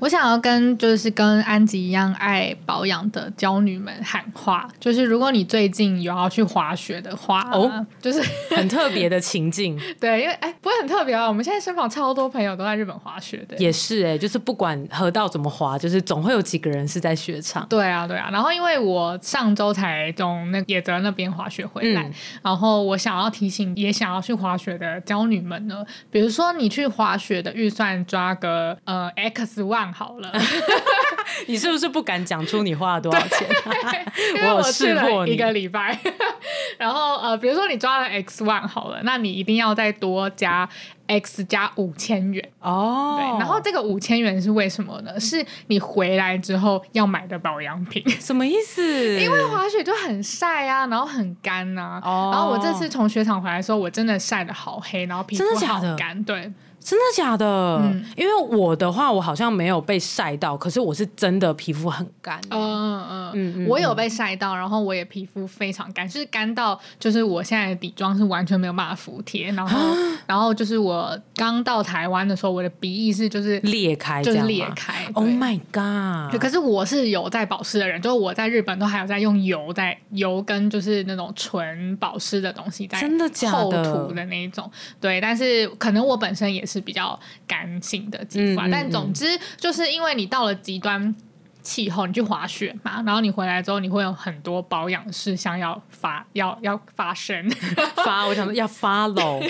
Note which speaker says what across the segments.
Speaker 1: 我想要跟就是跟安吉一样爱保养的娇女们喊话，就是如果你最近有要去滑雪的话，
Speaker 2: 哦
Speaker 1: 就是
Speaker 2: 很特别的情境，
Speaker 1: 对，因为哎不会很特别啊，我们现在身旁超多朋友都在日本滑雪的，
Speaker 2: 也是哎、就是不管河道怎么滑，就是总会有几个人是在雪场。
Speaker 1: 对啊对啊。然后因为我上周才从那野泽那边滑雪回来，
Speaker 2: 嗯
Speaker 1: 然后我想要提醒也想要去滑雪的娇女们呢，比如说你去滑雪的预算抓个呃 X one 好 了。
Speaker 2: 你是不是不敢讲出你花了多少钱、
Speaker 1: 因为
Speaker 2: 我有
Speaker 1: 我
Speaker 2: 试
Speaker 1: 去
Speaker 2: 过
Speaker 1: 了
Speaker 2: 你
Speaker 1: 一个礼拜，然后呃，比如说你抓了 X one 好了，那你一定要再多加 X 加五千元。
Speaker 2: 哦，
Speaker 1: 对，然后这个五千元是为什么呢？是你回来之后要买的保养品。
Speaker 2: 什么意思？
Speaker 1: 因为滑雪就很晒啊，然后很干呐、
Speaker 2: 哦
Speaker 1: 然后我这次从雪场回来的时候，我真的晒的好黑，然后皮肤
Speaker 2: 真的假
Speaker 1: 好
Speaker 2: 的
Speaker 1: 干。对，
Speaker 2: 真的假的？
Speaker 1: 嗯
Speaker 2: 因为我的话，我好像没有被晒到，可是我是真的皮肤很干、
Speaker 1: 嗯嗯
Speaker 2: 嗯
Speaker 1: 嗯，
Speaker 2: 嗯
Speaker 1: 我有被晒到，然后我也皮肤非常干，就是干到就是我现在的底妆是完全没有办法服帖，然后
Speaker 2: 啊
Speaker 1: 然后就是我刚到台湾的时候，我的鼻翼是就是
Speaker 2: 裂开
Speaker 1: 就
Speaker 2: 这
Speaker 1: 是
Speaker 2: 样
Speaker 1: 裂
Speaker 2: 吗
Speaker 1: 开。
Speaker 2: Oh
Speaker 1: 对
Speaker 2: my god！
Speaker 1: 对可是我是有在保湿的人，就是我在日本都还有在用油在油跟就是那种纯保湿的东西在
Speaker 2: 真的假
Speaker 1: 厚
Speaker 2: 的
Speaker 1: 涂的那一种，对。但是可能我本身也是比较干性的肌肤、啊，
Speaker 2: 嗯嗯
Speaker 1: 但总之就是因为你到了极端。气候，你去滑雪嘛，然后你回来之后，你会有很多保养事项要发要要发生，
Speaker 2: 发，我想说要 follow，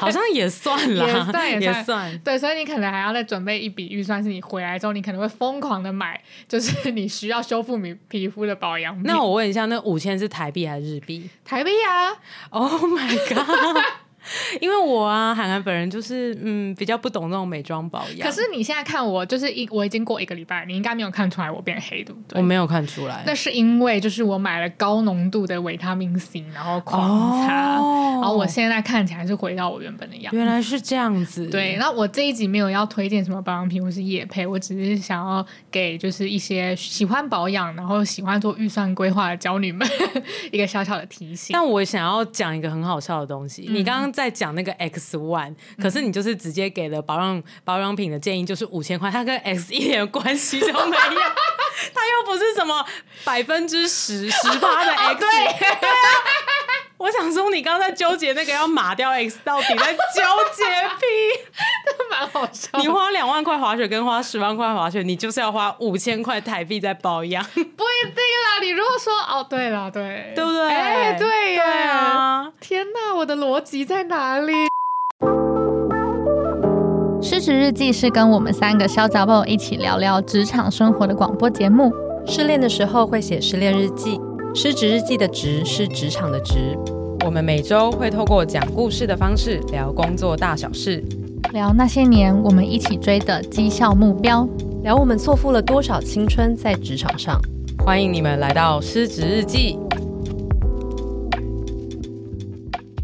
Speaker 2: 好 像也算啦，
Speaker 1: 也算也算
Speaker 2: 算
Speaker 1: 对，所以你可能还要再准备一笔预算，是你回来之后，你可能会疯狂的买，就是你需要修复你皮肤的保养品。
Speaker 2: 那我问一下，那五千是台币还是日币
Speaker 1: 台币啊，
Speaker 2: ？Oh my god！因 为我啊，韩寒本人就是嗯比较不懂那种美妆保养，
Speaker 1: 可是你现在看我，就是一我已经过一个礼拜，你应该没有看出来我变黑，对不对？
Speaker 2: 我没有看出来
Speaker 1: 那。是因为就是我买了高浓度的维他命 C，然后狂擦，
Speaker 2: 哦
Speaker 1: 然后我现在看起来是回到我原本的样子。
Speaker 2: 原来是这样子，
Speaker 1: 对，那我这一集没有要推荐什么保养品或是夜配，我只是想要给就是一些喜欢保养，然后喜欢做预算规划的娇女们 一个小小的提醒。
Speaker 2: 但我想要讲一个很好笑的东
Speaker 1: 嗯
Speaker 2: 西。你刚刚在讲那个 X One，、可是你就是直接给了保养保养品的建议，就是五千块，它跟 X 一点关系都没有。它 又不是什么百分之十十 八的 X，对啊。我想说，你刚刚在纠结那个要码掉 X 到底在纠结屁？
Speaker 1: 蛮好笑 的，
Speaker 2: 你花两万块滑雪跟花十万块滑雪，你就是要花五千块台币在保养，
Speaker 1: 不一定啦。你如果说哦，对啦，对，
Speaker 2: 对不对？
Speaker 1: 哎、对耶。
Speaker 2: 对啊。
Speaker 1: 天呐，我的逻辑在哪里？
Speaker 3: 失职日记是跟我们三个小杂宝一起聊聊职场生活的广播节目。
Speaker 4: 失恋的时候会写失恋日记，失职日记的职是职场的职。
Speaker 2: 我们每周会透过讲故事的方式聊工作大小事，
Speaker 3: 聊那些年我们一起追的绩效目标。
Speaker 4: 聊我们错付了多少青春在职场上。
Speaker 2: 欢迎你们来到《失职日记》。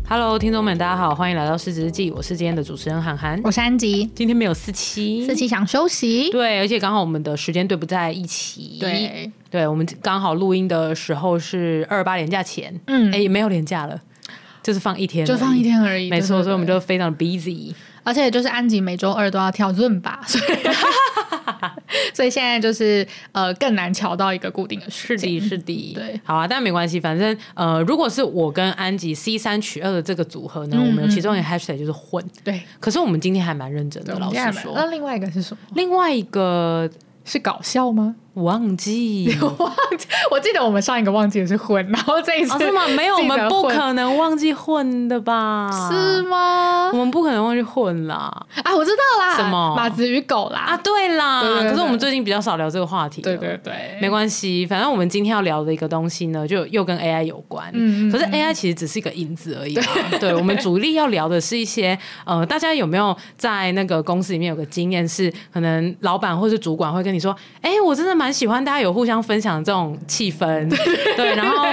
Speaker 2: Hello，听众们，大家好，欢迎来到《失职日记》，我是今天的主持人韩寒
Speaker 1: 我。是安吉，
Speaker 2: 今天没有四期，
Speaker 1: 自己想休息。
Speaker 2: 对，而且刚好我们的时间对不在一起。，
Speaker 1: 对，
Speaker 2: 对我们刚好录音的时候是二八连假前，
Speaker 1: 嗯
Speaker 2: 哎、没有连假了，就是放一天，
Speaker 1: 就放一。天而已。
Speaker 2: 没
Speaker 1: 对
Speaker 2: 错，
Speaker 1: 对
Speaker 2: 所以我们
Speaker 1: 对
Speaker 2: 就非常 busy。
Speaker 1: 而且就是安吉每周二都要跳润吧， 所以所以现在就是呃更难瞧到一个固定的
Speaker 2: 是
Speaker 1: 时间。
Speaker 2: 的，是的，
Speaker 1: 对
Speaker 2: 好啊，但没关系，反正呃，如果是我跟安吉 C 三取二的这个组合呢，我
Speaker 1: 嗯
Speaker 2: 们有其中一个 hashtag 就是混，
Speaker 1: 对，
Speaker 2: 可是我们今天还蛮认真
Speaker 1: 对
Speaker 2: 的，
Speaker 1: 我们
Speaker 2: 老
Speaker 1: 现在
Speaker 2: 实
Speaker 1: 买
Speaker 2: 说。
Speaker 1: 那另外一个是什么？
Speaker 2: 另外一个
Speaker 1: 是搞笑吗？
Speaker 2: 我忘 记，
Speaker 1: 忘记，我记得我们上一个忘记的是混，然后这一次
Speaker 2: 哦，是吗？没有，我
Speaker 1: 记得
Speaker 2: 们不
Speaker 1: 混
Speaker 2: 可能忘记混的吧？
Speaker 1: 是，吗
Speaker 2: 我？们不可能忘记混啦。
Speaker 1: 啊，我知道啦，
Speaker 2: 什么
Speaker 1: 马子与狗啦？
Speaker 2: 啊，对啦，
Speaker 1: 对对对
Speaker 2: 可是我们最近比较少聊这个话题
Speaker 1: 对
Speaker 2: 了。
Speaker 1: 对对，
Speaker 2: 没关系，反正我们今天要聊的一个东西呢，就又跟 AI 有关。
Speaker 1: 嗯嗯
Speaker 2: 可是 AI 其实只是一个引子而已啦。对我们主力要聊的是一些呃，大家有没有在那个公司里面有个经验是，可能老板或是主管会跟你说：“哎、我真的蛮喜欢大家有互相分享这种气氛。”对，然后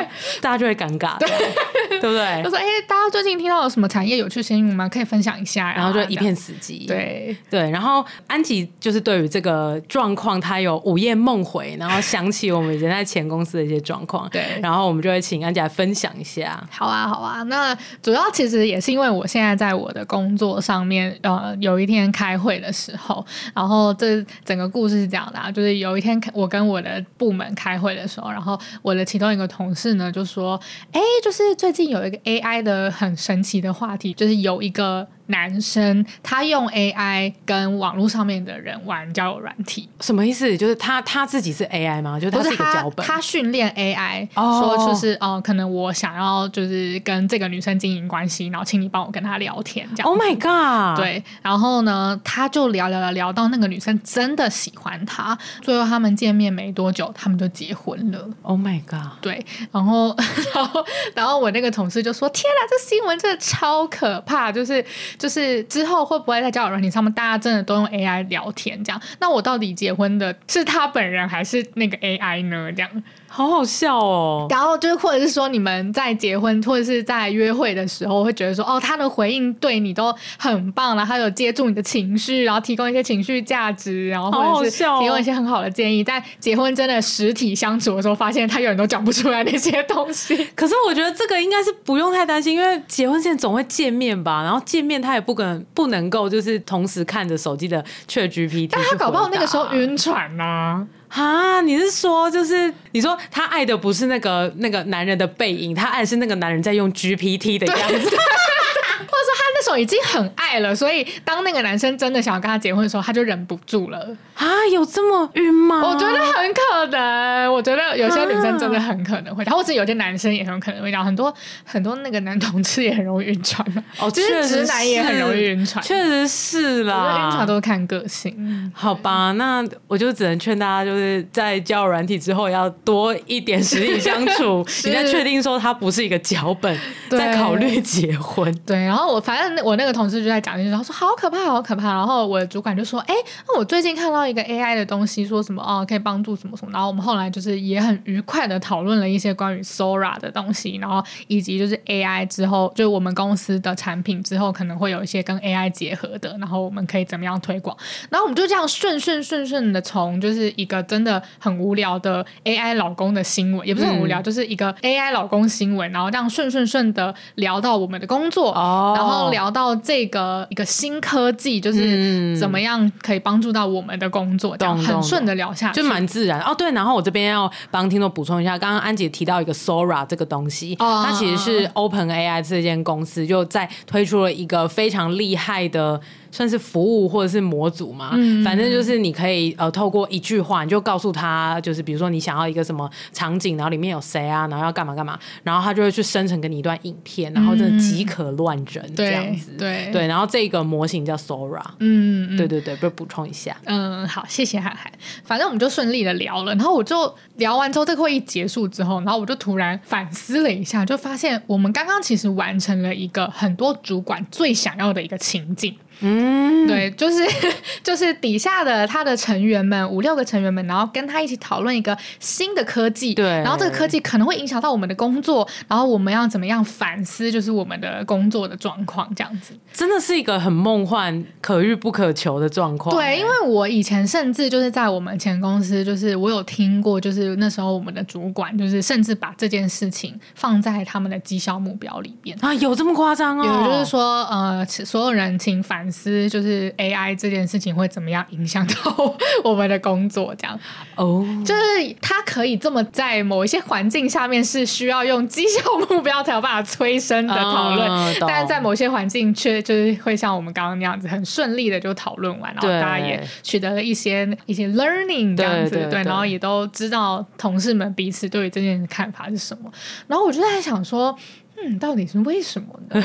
Speaker 2: 大家就会尴尬。对不对
Speaker 1: 就？说哎、大家最近听到有什么产业有趣新闻吗？可以分享一下呀、啊
Speaker 2: 然后就一片
Speaker 1: 这
Speaker 2: 死寂。
Speaker 1: 样对，
Speaker 2: 对，然后安吉就是对于这个状况，他有午夜梦回，然后想起我们以前在前公司的一些状况。
Speaker 1: 对
Speaker 2: 然后我们就会请安吉来分享一下。
Speaker 1: 好啊，好啊。那主要其实也是因为我现在在我的工作上面，呃，有一天开会的时候，然后这整个故事是这样的、啊，就是有一天开我跟我的部门开会的时候，然后我的其中一个同事呢就说：“哎，就是最近有一个 AI 的很神奇的话题，就是有一个。”男生他用 AI 跟网络上面的人玩交友软体，
Speaker 2: 什么意思？就是他他自己是 AI 吗？就是
Speaker 1: 不
Speaker 2: 他
Speaker 1: 是
Speaker 2: 一个
Speaker 1: 他
Speaker 2: 脚本，
Speaker 1: 他训练 AI、
Speaker 2: 哦
Speaker 1: 说就是哦、呃可能我想要就是跟这个女生经营关系，然后请你帮我跟她聊天这样。
Speaker 2: Oh my god！，
Speaker 1: 对，然后呢，他就聊聊聊聊到那个女生真的喜欢他，最后他们见面没多久，他们就结婚了。
Speaker 2: Oh my god！
Speaker 1: 对，然后， 然后，然后我那个同事就说：“天啊，这新闻真的超可怕！就是，就是之后会不会在交友软件上面，大家真的都用 AI 聊天这样？那我到底结婚的是他本人还是那个 AI 呢？这样？
Speaker 2: 好好笑哦。
Speaker 1: 然后就是，或者是说你们在结婚或者是在约会的时候，会觉得说，哦，他的回应对你都很棒，然后他有接住你的情绪，然后提供一些情绪价值，然后
Speaker 2: 好
Speaker 1: 或
Speaker 2: 好
Speaker 1: 者是
Speaker 2: 笑哦
Speaker 1: 提供一些很好的建议。但结婚真的实体相处的时候，发现他永远都讲不出来那些东 西。
Speaker 2: 可是我觉得这个应该是不用太担心，因为结婚前总会见面吧，然后见面他也不可能不能够就是同时看着手机的 Chat GPT，
Speaker 1: 但他搞不好那个时候
Speaker 2: 晕。
Speaker 1: 晕船呐、
Speaker 2: 啊，你是说就是你说他爱的不是那个那个男人的背影，他爱的是那个男人在用 GPT 的样子。
Speaker 1: 或者说他那时候已经很爱了，所以当那个男生真的想要跟他结婚的时候，他就忍不住了。
Speaker 2: 啊，有这么晕吗？
Speaker 1: 我觉得很可能，我觉得有些女生真的很可能会，然后或者有些男生也很有可能会这样，很多很多那个男同志也很容易晕船嘛，
Speaker 2: 哦，
Speaker 1: 就是
Speaker 2: 确实
Speaker 1: 直男也很容易晕船
Speaker 2: 确
Speaker 1: 我觉得
Speaker 2: 实啊是啦。
Speaker 1: 晕船都是看个性。
Speaker 2: 好吧，那我就只能劝大家，就是在交友软体之后要多一点实力相 处，你再确定说他不是一个脚本，
Speaker 1: 对
Speaker 2: 再考虑结婚。
Speaker 1: 对，然后我反正我那个同事就在讲一句，他说好可怕，好可怕。然后我的主管就说，哎，那我最近看到一个 AI 的东西，说什么哦可以帮助什么什么。然后我们后来就是也很愉快的讨论了一些关于 Sora 的东西，然后以及就是 AI 之后，就是我们公司的产品之后可能会有一些跟 AI 结合的，然后我们可以怎么样推广。然后我们就这样顺顺顺顺的从就是一个真的很无聊的 AI 老公的新闻，也不是很无聊，就是一个 AI 老公新闻，然后这样顺顺顺的聊到我们的工作，
Speaker 2: 哦
Speaker 1: 然后聊到这个一个新科技，就是
Speaker 2: 嗯
Speaker 1: 怎么样可以帮助到我们的工作，这样
Speaker 2: 懂懂
Speaker 1: 很顺的聊下去，
Speaker 2: 就蛮自然哦。对，然后我这边要帮听众补充一下，刚刚安姐提到一个 Sora 这个东西，
Speaker 1: 哦
Speaker 2: 它其实是 Open AI 这间公司就在推出了一个非常厉害的。算是服务或者是模组嘛，
Speaker 1: 嗯
Speaker 2: 反正就是你可以呃透过一句话，你就告诉他，就是比如说你想要一个什么场景，然后里面有谁啊，然后要干嘛干嘛，然后他就会去生成给你一段影片，然后真的即可乱人这样
Speaker 1: 对
Speaker 2: 子，
Speaker 1: 嗯对，
Speaker 2: 对，然后这个模型叫 Sora，、
Speaker 1: 嗯嗯
Speaker 2: 对对对，不是补充一下，
Speaker 1: 嗯，好，谢谢涵涵。反正我们就顺利的聊了，然后我就聊完之后，这个会议结束之后，然后我就突然反思了一下，就发现我们刚刚其实完成了一个很多主管最想要的一个情境。嗯，对，就是 就是底下的他的成员们五六个成员们，然后跟他一起讨论一个新的科技，
Speaker 2: 对
Speaker 1: 然后这个科技可能会影响到我们的工作，然后我们要怎么样反思，就是我们的工作的状况这样子。
Speaker 2: 真的是一个很梦幻、可遇不可求的状况。
Speaker 1: 对，因为我以前甚至就是在我们前公司，就是我有听过，就是那时候我们的主管，就是甚至把这件事情放在他们的绩效目标里边。
Speaker 2: 啊，有这么夸张哦？
Speaker 1: 有就是，说，呃，请所有人请反思，就是 AI 这件事情会怎么样影响到 我们的工作？这样，
Speaker 2: 哦，
Speaker 1: 就是它可以这么在某一些环境下面是需要用绩效目标才有办法催生的讨论，
Speaker 2: 嗯懂
Speaker 1: 但是在某些环境却就是会像我们刚刚那样子很顺利的就讨论完，然后
Speaker 2: 对
Speaker 1: 大家也取得了一些一些 learning 这样子，
Speaker 2: 对对对
Speaker 1: 然后也都知道同事们彼此对于这件事的看法是什么。然后我就在想说，嗯，到底是为什么 呢？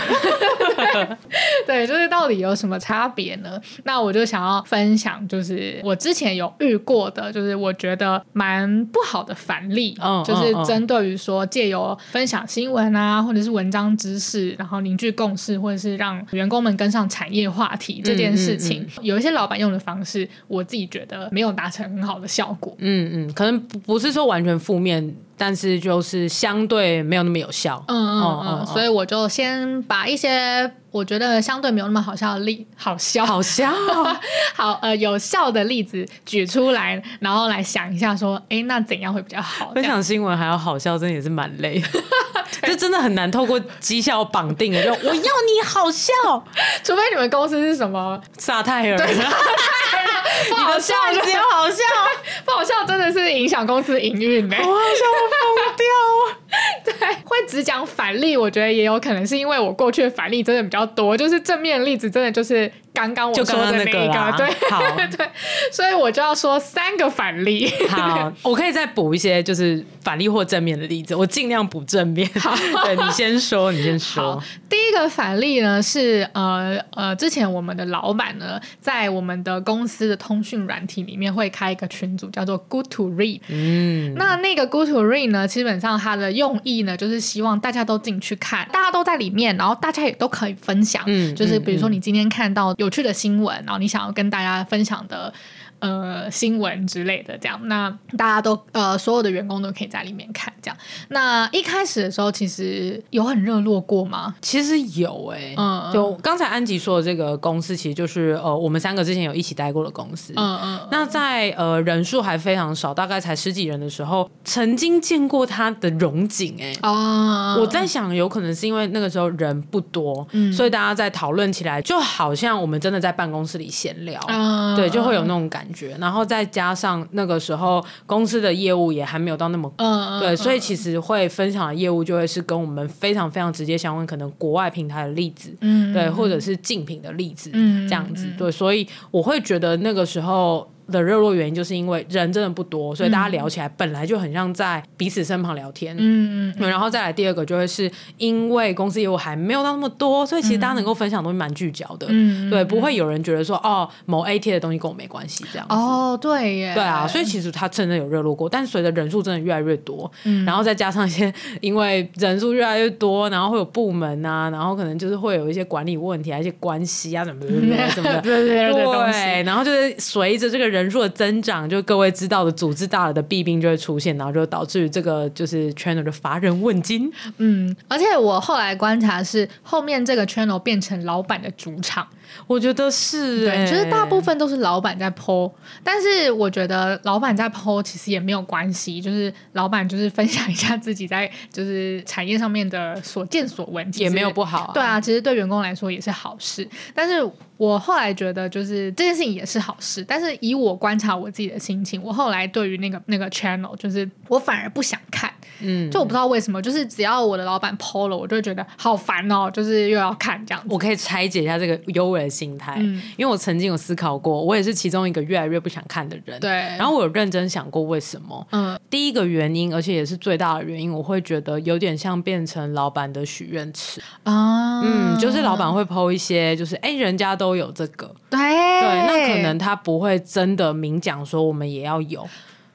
Speaker 1: 对，就是到底有什么差别呢？那我就想要分享，就是我之前有遇过的，就是我觉得蛮不好的反例，
Speaker 2: 嗯
Speaker 1: 就是
Speaker 2: 嗯嗯
Speaker 1: 针对于说借由分享新闻啊，或者是文章知识，然后凝聚共识，或者是让员工们跟上产业话题这件事情，
Speaker 2: 嗯
Speaker 1: 有一些老板用的方式，我自己觉得没有达成很好的效果。
Speaker 2: 嗯嗯，可能不不是说完全负面但是就是相对没有那么有效。
Speaker 1: 嗯
Speaker 2: 哦
Speaker 1: 嗯
Speaker 2: 哦哦
Speaker 1: 嗯，所以我就先把一些我觉得相对没有那么好笑的例，好笑
Speaker 2: 好笑，
Speaker 1: 好呃有效的例子举出来，然后来想一下说，哎，那怎样会比较好？
Speaker 2: 分享新闻还要好笑，真的也是蛮 累，就真的很难透过绩效绑定的，就我要你好笑，
Speaker 1: 这样除非你们公司是什么
Speaker 2: 撒泰尔，
Speaker 1: 不 好笑
Speaker 2: 你的
Speaker 1: 就
Speaker 2: 只有好笑，
Speaker 1: 不好笑，真的是影响公司营运欸的、
Speaker 2: 我好笑，疯掉。
Speaker 1: 会只讲反例，我觉得也有可能是因为我过去的反例真的比较多，就是正面的例子真的就是刚刚 我
Speaker 2: 就
Speaker 1: 说
Speaker 2: 刚刚
Speaker 1: 的
Speaker 2: 那
Speaker 1: 一
Speaker 2: 个啦
Speaker 1: 对，
Speaker 2: 好
Speaker 1: 对， 所以我就要说三个反例。
Speaker 2: 好， 我可以再补一些就是反例或正面的例子，我尽量补正面。 对你先说，你先说
Speaker 1: 好。，第一个反例呢是呃呃，之前我们的老板呢，在我们的公司的通讯软体里面会开一个群组，叫做 Good to Read。
Speaker 2: 嗯，
Speaker 1: 那那个 Good to Read 呢，基本上它的用意呢，就是希望大家都进去看，大家都在里面，然后大家也都可以分享。
Speaker 2: 嗯
Speaker 1: 就是
Speaker 2: 嗯
Speaker 1: 比如说
Speaker 2: 嗯
Speaker 1: 你今天看到有趣的新闻，然后你想要跟大家分享的。呃，新闻之类的，这样，那大家都呃，所有的员工都可以在里面看，这样。那一开始的时候，其实有很热络过吗？
Speaker 2: 其实有哎、
Speaker 1: 嗯嗯
Speaker 2: 就刚才安吉说的这个公司，其实就是呃，我们三个之前有一起待过的公司。
Speaker 1: 嗯嗯，
Speaker 2: 那在呃人数还非常少，大概才十几人的时候，曾经见过他的荣景哎、
Speaker 1: 啊，
Speaker 2: 我在想，有可能是因为那个时候人不多，
Speaker 1: 嗯
Speaker 2: 所以大家在讨论起来，就好像我们真的在办公室里闲聊，
Speaker 1: 啊，
Speaker 2: 对，就会有那种感觉。然后再加上那个时候公司的业务也还没有到那么。
Speaker 1: 嗯，嗯
Speaker 2: 对，
Speaker 1: 嗯
Speaker 2: 所以其实会分享的业务就会是跟我们非常非常直接相关，可能国外平台的例子，
Speaker 1: 嗯
Speaker 2: 对，或者是竞品的例子，
Speaker 1: 嗯
Speaker 2: 这样子
Speaker 1: 嗯嗯，
Speaker 2: 对，所以我会觉得那个时候的热络原因，就是因为人真的不多，所以大家聊起来本来就很像在彼此身旁聊
Speaker 1: 嗯
Speaker 2: 天，
Speaker 1: 嗯嗯
Speaker 2: 嗯然后再来第二个就会是因为公司业务还没有到那么多，所以其实大家能够分享的东西蛮聚焦的，
Speaker 1: 嗯，嗯
Speaker 2: 对，不会有人觉得说哦某 A T 的东西跟我没关系这样子。
Speaker 1: 哦，对耶，
Speaker 2: 对啊，所以其实它真的有热络过，但随着人数真的越来越多，
Speaker 1: 嗯
Speaker 2: 然后再加上一些因为人数越来越多，然后会有部门啊，然后可能就是会有一些管理问题啊、一些关系啊什么什么
Speaker 1: 嗯
Speaker 2: 什 么的。
Speaker 1: 对对对东西
Speaker 2: 对，然后就是随着这个人数的增长，就各位知道的组织大了的弊病就会出现，然后就导致于这个就是 channel 的乏人问津。
Speaker 1: 嗯，而且我后来观察是，后面这个 channel 变成老板的主场，
Speaker 2: 我觉得是、欸，
Speaker 1: 对，就是大部分都是老板在 PO，但是我觉得老板在 PO 其实也没有关系，就是老板就是分享一下自己在就是产业上面的所见所闻，其
Speaker 2: 也
Speaker 1: 实
Speaker 2: 没有不好、啊。
Speaker 1: 对，啊，其实对员工来说也是好事。但是我后来觉得，就是这件事情也是好事。但是以我观察我自己的心情，我后来对于那个那个 channel，就是我反而不想看。
Speaker 2: 嗯，
Speaker 1: 就
Speaker 2: 就
Speaker 1: 我不知道为什么，就是只要我的老板 PO 了，我就会觉得好烦哦，就是又要看这样子。
Speaker 2: 我可以拆解一下这个优美的心态，
Speaker 1: 嗯
Speaker 2: 因为我曾经有思考过，我也是其中一个越来越不想看的人。
Speaker 1: 对，，
Speaker 2: 然后我有认真想过为什么。
Speaker 1: 嗯
Speaker 2: 第一个原因，而且也是最大的原因，我会觉得有点像变成老板的许愿池。
Speaker 1: 啊，
Speaker 2: 嗯，就是老板会抛一些，就是哎、人家都有这个，
Speaker 1: 对
Speaker 2: 对，
Speaker 1: 对
Speaker 2: 那可能他不会真的明讲说我们也要有，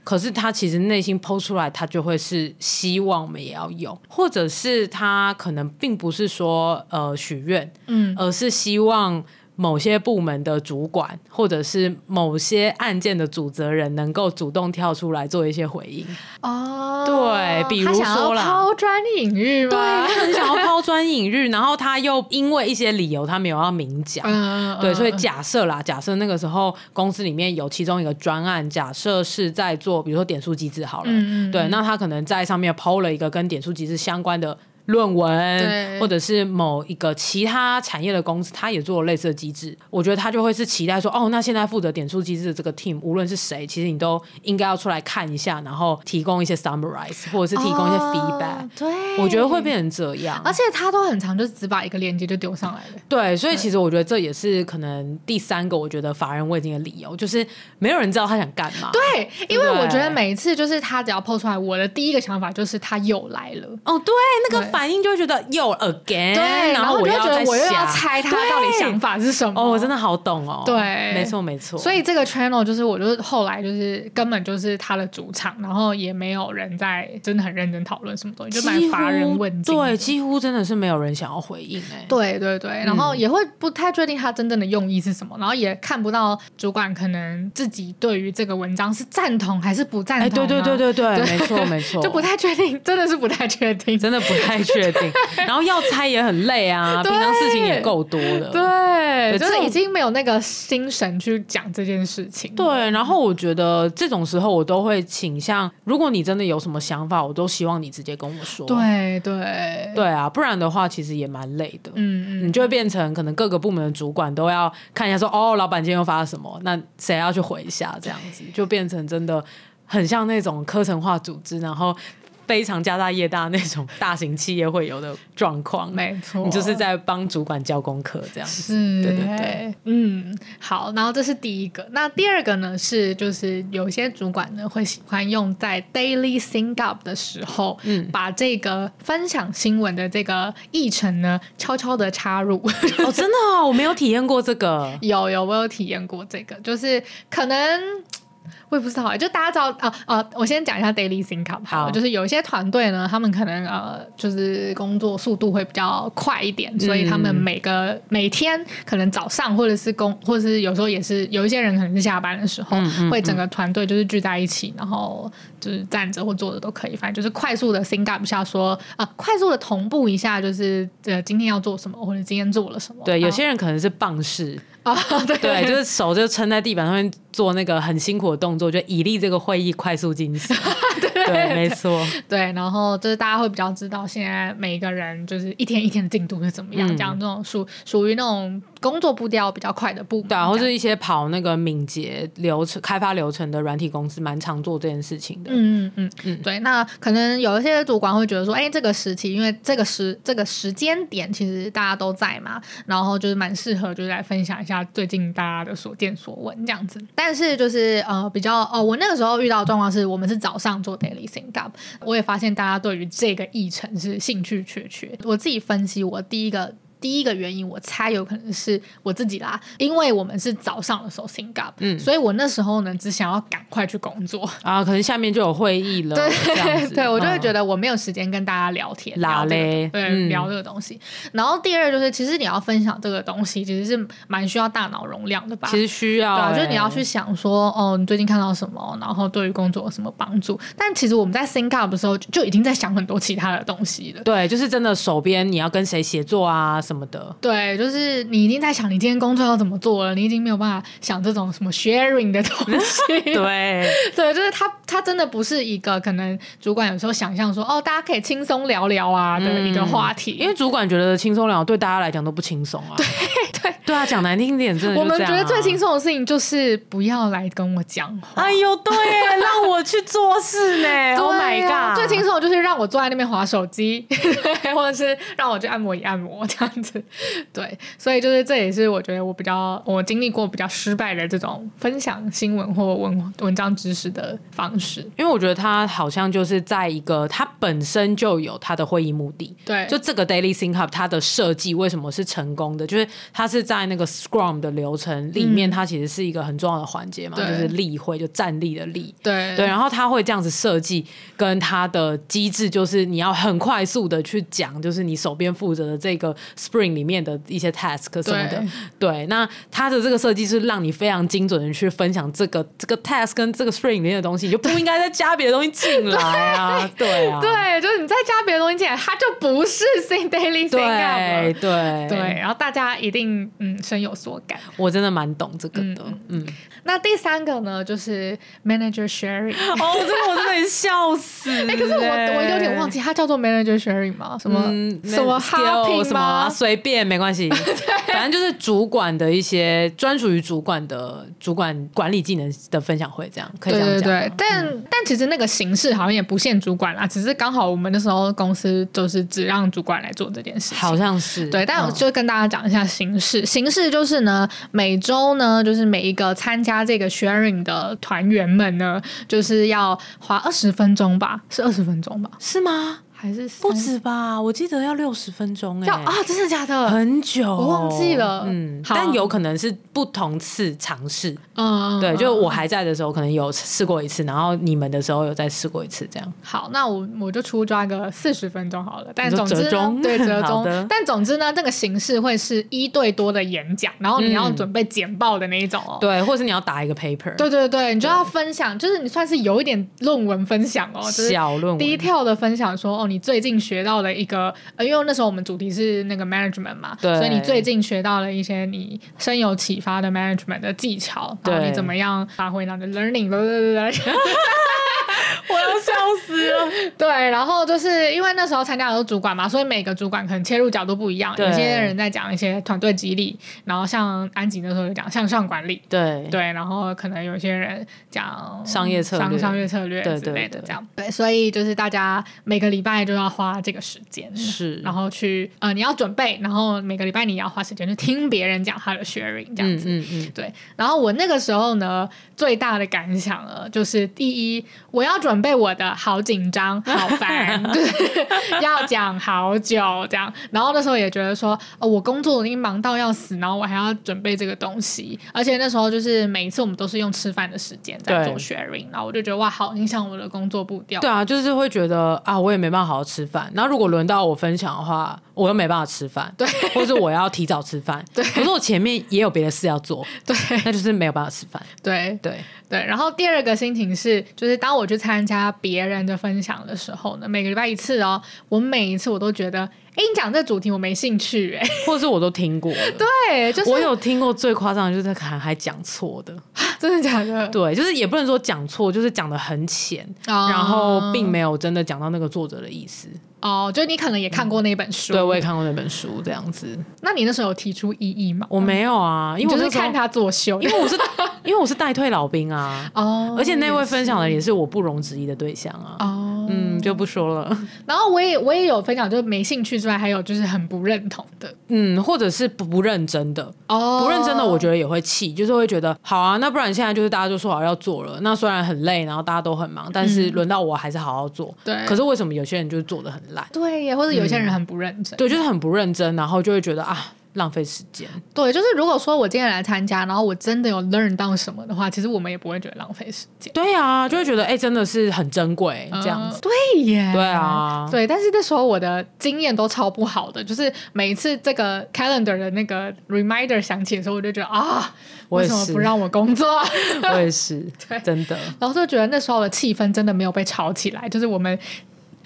Speaker 2: 可是他其实内心剖出来，他就会是希望我们也要有，或者是他可能并不是说呃许愿，
Speaker 1: 嗯
Speaker 2: 而是希望。某些部门的主管，或者是某些案件的主责人，能够主动跳出来做一些回 应。
Speaker 1: 哦，
Speaker 2: 对比如
Speaker 1: 他想
Speaker 2: 说
Speaker 1: 要
Speaker 2: 啦
Speaker 1: 抛砖引玉吗？
Speaker 2: 对，他很想要抛砖引玉，然后他又因为一些理由，他没有要明讲。
Speaker 1: 嗯，嗯
Speaker 2: 对，所以
Speaker 1: 嗯
Speaker 2: 假设啦，假设那个时候公司里面有其中一个专案，假设是在做，比如说点数机制好了，
Speaker 1: 嗯嗯
Speaker 2: 对，那他可能在上面抛了一个跟点数机制相关的论
Speaker 1: 对
Speaker 2: 文，或者是某一个其他产业的公司，他也做了类似的机制，我觉得他就会是期待说，哦，那现在负责点数机制的这个 team，无论是谁，其实你都应该要出来看一下，然后提供一些 summarize，或者是提供一些
Speaker 1: 哦
Speaker 2: feedback，、
Speaker 1: 对，
Speaker 2: 我觉得会变成这样，
Speaker 1: 而且他都很常就是只把一个链接就丢上来了。
Speaker 2: 对，所以其实我觉得这也是可能第三个我觉得乏人问津的理由，就是没有人知道他想干嘛。
Speaker 1: 对，因为
Speaker 2: 对
Speaker 1: 我觉得每一次就是他只要 PO 出来，我的第一个想法就是他又来了。
Speaker 2: 哦，对，那个
Speaker 1: 对
Speaker 2: 反应就会觉得又 again，
Speaker 1: 对，
Speaker 2: 哎然
Speaker 1: 后
Speaker 2: 我
Speaker 1: 就
Speaker 2: 要
Speaker 1: 觉得
Speaker 2: 再
Speaker 1: 我又要
Speaker 2: 想
Speaker 1: 猜他
Speaker 2: 对
Speaker 1: 到底想法是什么。
Speaker 2: 哦，我真的好懂哦，
Speaker 1: 对
Speaker 2: 没错没错，
Speaker 1: 所以这个 channel 就是，我就是后来就是根本就是他的主场，然后也没有人在真的很认真讨论什么东西，就蛮
Speaker 2: 几乎
Speaker 1: 乏人问津的。
Speaker 2: 对，几乎真的是没有人想要回应哎、
Speaker 1: 对对对，然
Speaker 2: 嗯
Speaker 1: 后也会不太确定他真正的用意是什么，然后也看不到主管可能自己对于这个文章是赞同还是不赞
Speaker 2: 哎、
Speaker 1: 同、
Speaker 2: 对对对，对对，
Speaker 1: 对
Speaker 2: 没错没错，
Speaker 1: 就不太确定，真的是不太确定。
Speaker 2: 真的不太确 定。然后要猜也很累啊，
Speaker 1: 对
Speaker 2: 平常事情也够多了。
Speaker 1: 对，就
Speaker 2: 对这
Speaker 1: 是
Speaker 2: 种
Speaker 1: 已经没有那个心神去讲这件事情。
Speaker 2: 对，然后我觉得这种时候我都会倾向，如果你真的有什么想法，我都希望你直接跟我说。
Speaker 1: 对对，
Speaker 2: 对啊，不然的话其实也蛮累的。
Speaker 1: 嗯嗯
Speaker 2: 你，就会变成可能各个部门的主管都要看一下说，哦，老板今天又发了什么，那谁要去回一下，这样子就变成真的很像那种课程化组织，然后非常家大业大那种大型企业会有的状况。
Speaker 1: 没错，
Speaker 2: 你就是在帮主管交功课这样子。
Speaker 1: 是，
Speaker 2: 对对对，
Speaker 1: 嗯，好，然后这是第一个。那第二个呢是，就是有一些主管呢会喜欢用在 daily sync up 的时候，
Speaker 2: 嗯
Speaker 1: 把这个分享新闻的这个议程呢悄悄的插入。
Speaker 2: 哦，真的哦，我没有体验过这 个。
Speaker 1: 有有，我有体验过这个，就是可能。我也不知道欸，就大家知道啊啊！我先讲一下 daily sync up 好了，
Speaker 2: 好
Speaker 1: 就是有一些团队呢，他们可能呃，就是工作速度会比较快一
Speaker 2: 嗯
Speaker 1: 点，所以他们每个、每天可能早上或者是工，或者是有时候也是有一些人可能是下班的时候，
Speaker 2: 嗯嗯
Speaker 1: 会整个团队就是聚在一起，然后就是站着或坐着都可以，反正就是快速的 sync up 一下说，啊，快速的同步一下，就是呃今天要做什么，或者今天做了什么。
Speaker 2: 对，
Speaker 1: 然
Speaker 2: 有
Speaker 1: 后
Speaker 2: 些人可能是棒式，
Speaker 1: 啊， 对
Speaker 2: 对，就是手就撑在地板上面做那个很辛苦的动作，就以利这个会议快速进行。 对，没错，
Speaker 1: 对，然后就是大家会比较知道现在每一个人就是一天一天的进度是怎么样，
Speaker 2: 嗯
Speaker 1: 这样这种属属于那种工作步调比较快的部门，
Speaker 2: 对啊，或
Speaker 1: 这
Speaker 2: 是
Speaker 1: 样
Speaker 2: 一些跑那个敏捷流程、开发流程的软体公司，蛮常做这件事情的。
Speaker 1: 嗯嗯嗯
Speaker 2: 嗯，
Speaker 1: 对，那可能有一些主管会觉得说，哎，这个时期，因为这个时这个时间点，其实大家都在嘛，然后就是蛮适合，就是来分享一下最近大家的所见所闻这样子。但是就是呃，比较哦，我那个时候遇到的状况是我们是早上做 daily sync up，我也发现大家对于这个议程是兴趣缺缺。我自己分析，我第一个。第一个原因，我猜有可能是我自己啦，因为我们是早上的时候 sync up，、
Speaker 2: 嗯
Speaker 1: 所以我那时候呢，只想要赶快去工作，
Speaker 2: 啊，可能下面就有会议了，这样
Speaker 1: 对
Speaker 2: 子 嗯
Speaker 1: 对，我就会觉
Speaker 2: 得
Speaker 1: 得我没有时间跟大家聊天，聊
Speaker 2: 拉
Speaker 1: 这个
Speaker 2: 嘞
Speaker 1: 对，
Speaker 2: 嗯
Speaker 1: 聊这个东西。然后第二就是，其实你要分享这个东西，其实是蛮需要大脑容量的吧？
Speaker 2: 其实需要、
Speaker 1: 对啊，
Speaker 2: 欸
Speaker 1: 就是你要去想说，哦，你最近看到什么，然后对于工作有什么帮助。但其实我们在 think up 的时候，就就已经在想很多其他的东西了。
Speaker 2: 对，就是真的手边你要跟谁协作啊什么的。
Speaker 1: 对，就是你已经在想你今天工作要怎么做了，你已经没有办法想这种什么 sharing 的东西。 对
Speaker 2: 对，
Speaker 1: 对，就是他，他真的不是一个可能主管有时候想象说哦，大家可以轻松聊聊啊的一个话题，
Speaker 2: 嗯因为主管觉得轻松聊，对大家来讲都不轻松啊。对
Speaker 1: 对
Speaker 2: 对啊，讲难听点，真的、
Speaker 1: 我们觉得最轻。松的事情就是不要来跟我讲话。
Speaker 2: 哎呦，对耶，让我去做事呢 ！Oh
Speaker 1: 对
Speaker 2: my
Speaker 1: 啊
Speaker 2: god，
Speaker 1: 最轻松的就是让我坐在那边划手机， 对，或者是让我去按摩椅按摩这样子，对，所以就是这也是我觉得我比较我经历过比较失败的这种分享新闻或文文章知识的方式，
Speaker 2: 因为我觉得他好像就是在一个他本身就有他的会议目的。
Speaker 1: 对，
Speaker 2: 就这个 Daily Sync Up 它的设计为什么是成功的？就是它是在那个 Scrum 的流程里
Speaker 1: 嗯
Speaker 2: 面，它其实是一个很重要的环节嘛，就
Speaker 1: 对
Speaker 2: 是例会，就站立的立。
Speaker 1: 对
Speaker 2: 对，然后他会这样子设计，跟他的机制就是你要很快速的去讲，就是你手边负责的这个 Spring 里面的一些 task 什么的。对，那他的这个设计是让你非常精准的去分享这个这个 task 跟这个 Spring 里面的东西，你就不应该再加别的东西进来啊。对 啊，
Speaker 1: 对，就是你再加别的东西进来，它就不 是 Sing Daily Sing Up
Speaker 2: 对
Speaker 1: 了。
Speaker 2: 对
Speaker 1: 对，，然后大家一定嗯深有所感。
Speaker 2: 我真的蛮懂这个的。
Speaker 1: 嗯
Speaker 2: 嗯，
Speaker 1: 那第三个呢，就是 manager sharing。
Speaker 2: 哦，这个我真的很笑死。 哎
Speaker 1: 哎、可是我我有点忘。记，它叫做 manager sharing 吗？什么、
Speaker 2: 嗯，
Speaker 1: 什么
Speaker 2: skill，
Speaker 1: happy
Speaker 2: 什么啊
Speaker 1: 吗？
Speaker 2: 随便没关 系，反正就是主管的一些专属于主管的主管管理技能的分享会，这样可以
Speaker 1: 对
Speaker 2: 这样
Speaker 1: 对
Speaker 2: 讲嗯吗。
Speaker 1: 对，但、但其实那个形式好像也不限主管啦，只是刚好我们那时候公司就是只让主管来做这件事情。
Speaker 2: 好像是
Speaker 1: 对，但我
Speaker 2: 嗯
Speaker 1: 就跟大家讲一下形式。形式就是呢，每周呢，就是每一个参加这个 sharing 的团员们呢，就是要花二十分钟吧，是二十分钟吧，
Speaker 2: 是吗？
Speaker 1: 还是
Speaker 2: 不
Speaker 1: 三
Speaker 2: 止吧？我记得要六十分钟哎、
Speaker 1: 要啊？真的假的？
Speaker 2: 很久，
Speaker 1: 我忘记了
Speaker 2: 嗯，
Speaker 1: 好
Speaker 2: 但有可能是不同次尝试。
Speaker 1: 嗯，
Speaker 2: 对，就
Speaker 1: 嗯
Speaker 2: 我还在的时候，可能有试过一次，然后你们的时候有再试过一次，这样。
Speaker 1: 好，那我我就出抓个四十分钟好了。但
Speaker 2: 你
Speaker 1: 总
Speaker 2: 说
Speaker 1: 之呢
Speaker 2: 折中
Speaker 1: 对折
Speaker 2: 好的
Speaker 1: 中，但总之呢，这个形式会是一对多的演讲，然后你要
Speaker 2: 嗯
Speaker 1: 准备简报的那一种哦。
Speaker 2: 对，或是你要打一个 paper，
Speaker 1: 对对对，你就要分享，就是你算是有一点论文分享哦，就是
Speaker 2: 小论文
Speaker 1: 低跳的分享说哦，你最近学到了一个，呃，因为那时候我们主题是那个 management 嘛，
Speaker 2: 对
Speaker 1: 所以你最近学到了一些你深有启发的 management 的技巧，然后
Speaker 2: 对
Speaker 1: 你怎么样发挥到你的 learning，
Speaker 2: 我要笑死了。
Speaker 1: 对，然后就是因为那时候参加的都是主管嘛，所以每个主管可能切入角度不一样，
Speaker 2: 对
Speaker 1: 有些人在讲一些团队激励，然后像安吉那时候就讲向上管理，
Speaker 2: 对
Speaker 1: 对，然后可能有些人讲
Speaker 2: 商业策略
Speaker 1: 商商业策略
Speaker 2: 对
Speaker 1: 之类
Speaker 2: 对
Speaker 1: 的
Speaker 2: 对
Speaker 1: 这样。对，所以就是大家每个礼拜就要花这个时间，
Speaker 2: 是
Speaker 1: 然后去呃你要准备，然后每个礼拜你也要花时间去听别人讲他的 sharing 这样子。
Speaker 2: 嗯嗯
Speaker 1: 对，然后我那个时候呢，最大的感想呢，就是第一，我要准备我的好紧张，好烦，就是要讲好久这样。然后那时候也觉得说，哦，我工作已经忙到要死，然后我还要准备这个东西，而且那时候就是每一次我们都是用吃饭的时间在
Speaker 2: 对
Speaker 1: 做 sharing，然后我就觉得哇，好影响我的工作步调。
Speaker 2: 对啊，就是会觉得啊，我也没办法好好吃饭。然后如果轮到我分享的话，我又没办法吃饭，对，或者我要提早吃饭，对。可是我前面也有别的事要做，
Speaker 1: 对
Speaker 2: 那就是没有办法吃饭，
Speaker 1: 对
Speaker 2: 对，
Speaker 1: 对，然后第二个心情是，就是当我去参加别人的分享的时候呢，每个礼拜一次哦，我每一次我都觉得，哎，你讲这主题我没兴趣，哎，
Speaker 2: 或者是我都听过了，
Speaker 1: 对，就是
Speaker 2: 我有听过最夸张的就是还还讲错的，
Speaker 1: 真的假的，
Speaker 2: 对，啊就是也不能说讲错，就是讲的很浅，
Speaker 1: 哦
Speaker 2: 然后并没有真的讲到那个作者的意思。
Speaker 1: 哦，就你可能也看过那本书，
Speaker 2: 嗯对，我也看过那本书，这样子
Speaker 1: 那你那时候有提出异议吗？
Speaker 2: 我没有啊，因为
Speaker 1: 你
Speaker 2: 我
Speaker 1: 就
Speaker 2: 那
Speaker 1: 是
Speaker 2: 时候
Speaker 1: 看，他作秀，
Speaker 2: 因为我是因为我是代退老兵啊，
Speaker 1: 哦，
Speaker 2: 而且那位
Speaker 1: 也是
Speaker 2: 分享的也是我不容置疑的对象啊。
Speaker 1: 哦，
Speaker 2: 嗯，就不说了。
Speaker 1: 然后我也我也有分享，就是没兴趣之外，还有就是很不认同的，
Speaker 2: 嗯，或者是不不认真的，
Speaker 1: 哦，
Speaker 2: 不认真的，我觉得也会气，就是会觉得好啊，那不然现在就是大家就说好要做了，那虽然很累，然后大家都很忙，但是轮到我还是好好做。
Speaker 1: 对
Speaker 2: 可是为什么有些人就是做的很烂？
Speaker 1: 对耶，或者有些
Speaker 2: 嗯
Speaker 1: 人很不认真，
Speaker 2: 对，就是很不认真，然后就会觉得啊，浪费时间。
Speaker 1: 对，就是如果说我今天来参加，然后我真的有 learn 到什么的话，其实我们也不会觉得浪费时间。
Speaker 2: 对啊，就会觉得哎、真的是很珍贵这样子
Speaker 1: 嗯。对耶，
Speaker 2: 对啊
Speaker 1: 对。但是那时候我的经验都超不好的，就是每一次这个 calendar 的那个 reminder 响起的时候，我就觉得啊，
Speaker 2: 我
Speaker 1: 为
Speaker 2: 也
Speaker 1: 什
Speaker 2: 是
Speaker 1: 么不让我工作？啊
Speaker 2: 我也 是，真的。
Speaker 1: 然后就觉得那时候的气氛真的没有被炒起来，就是我们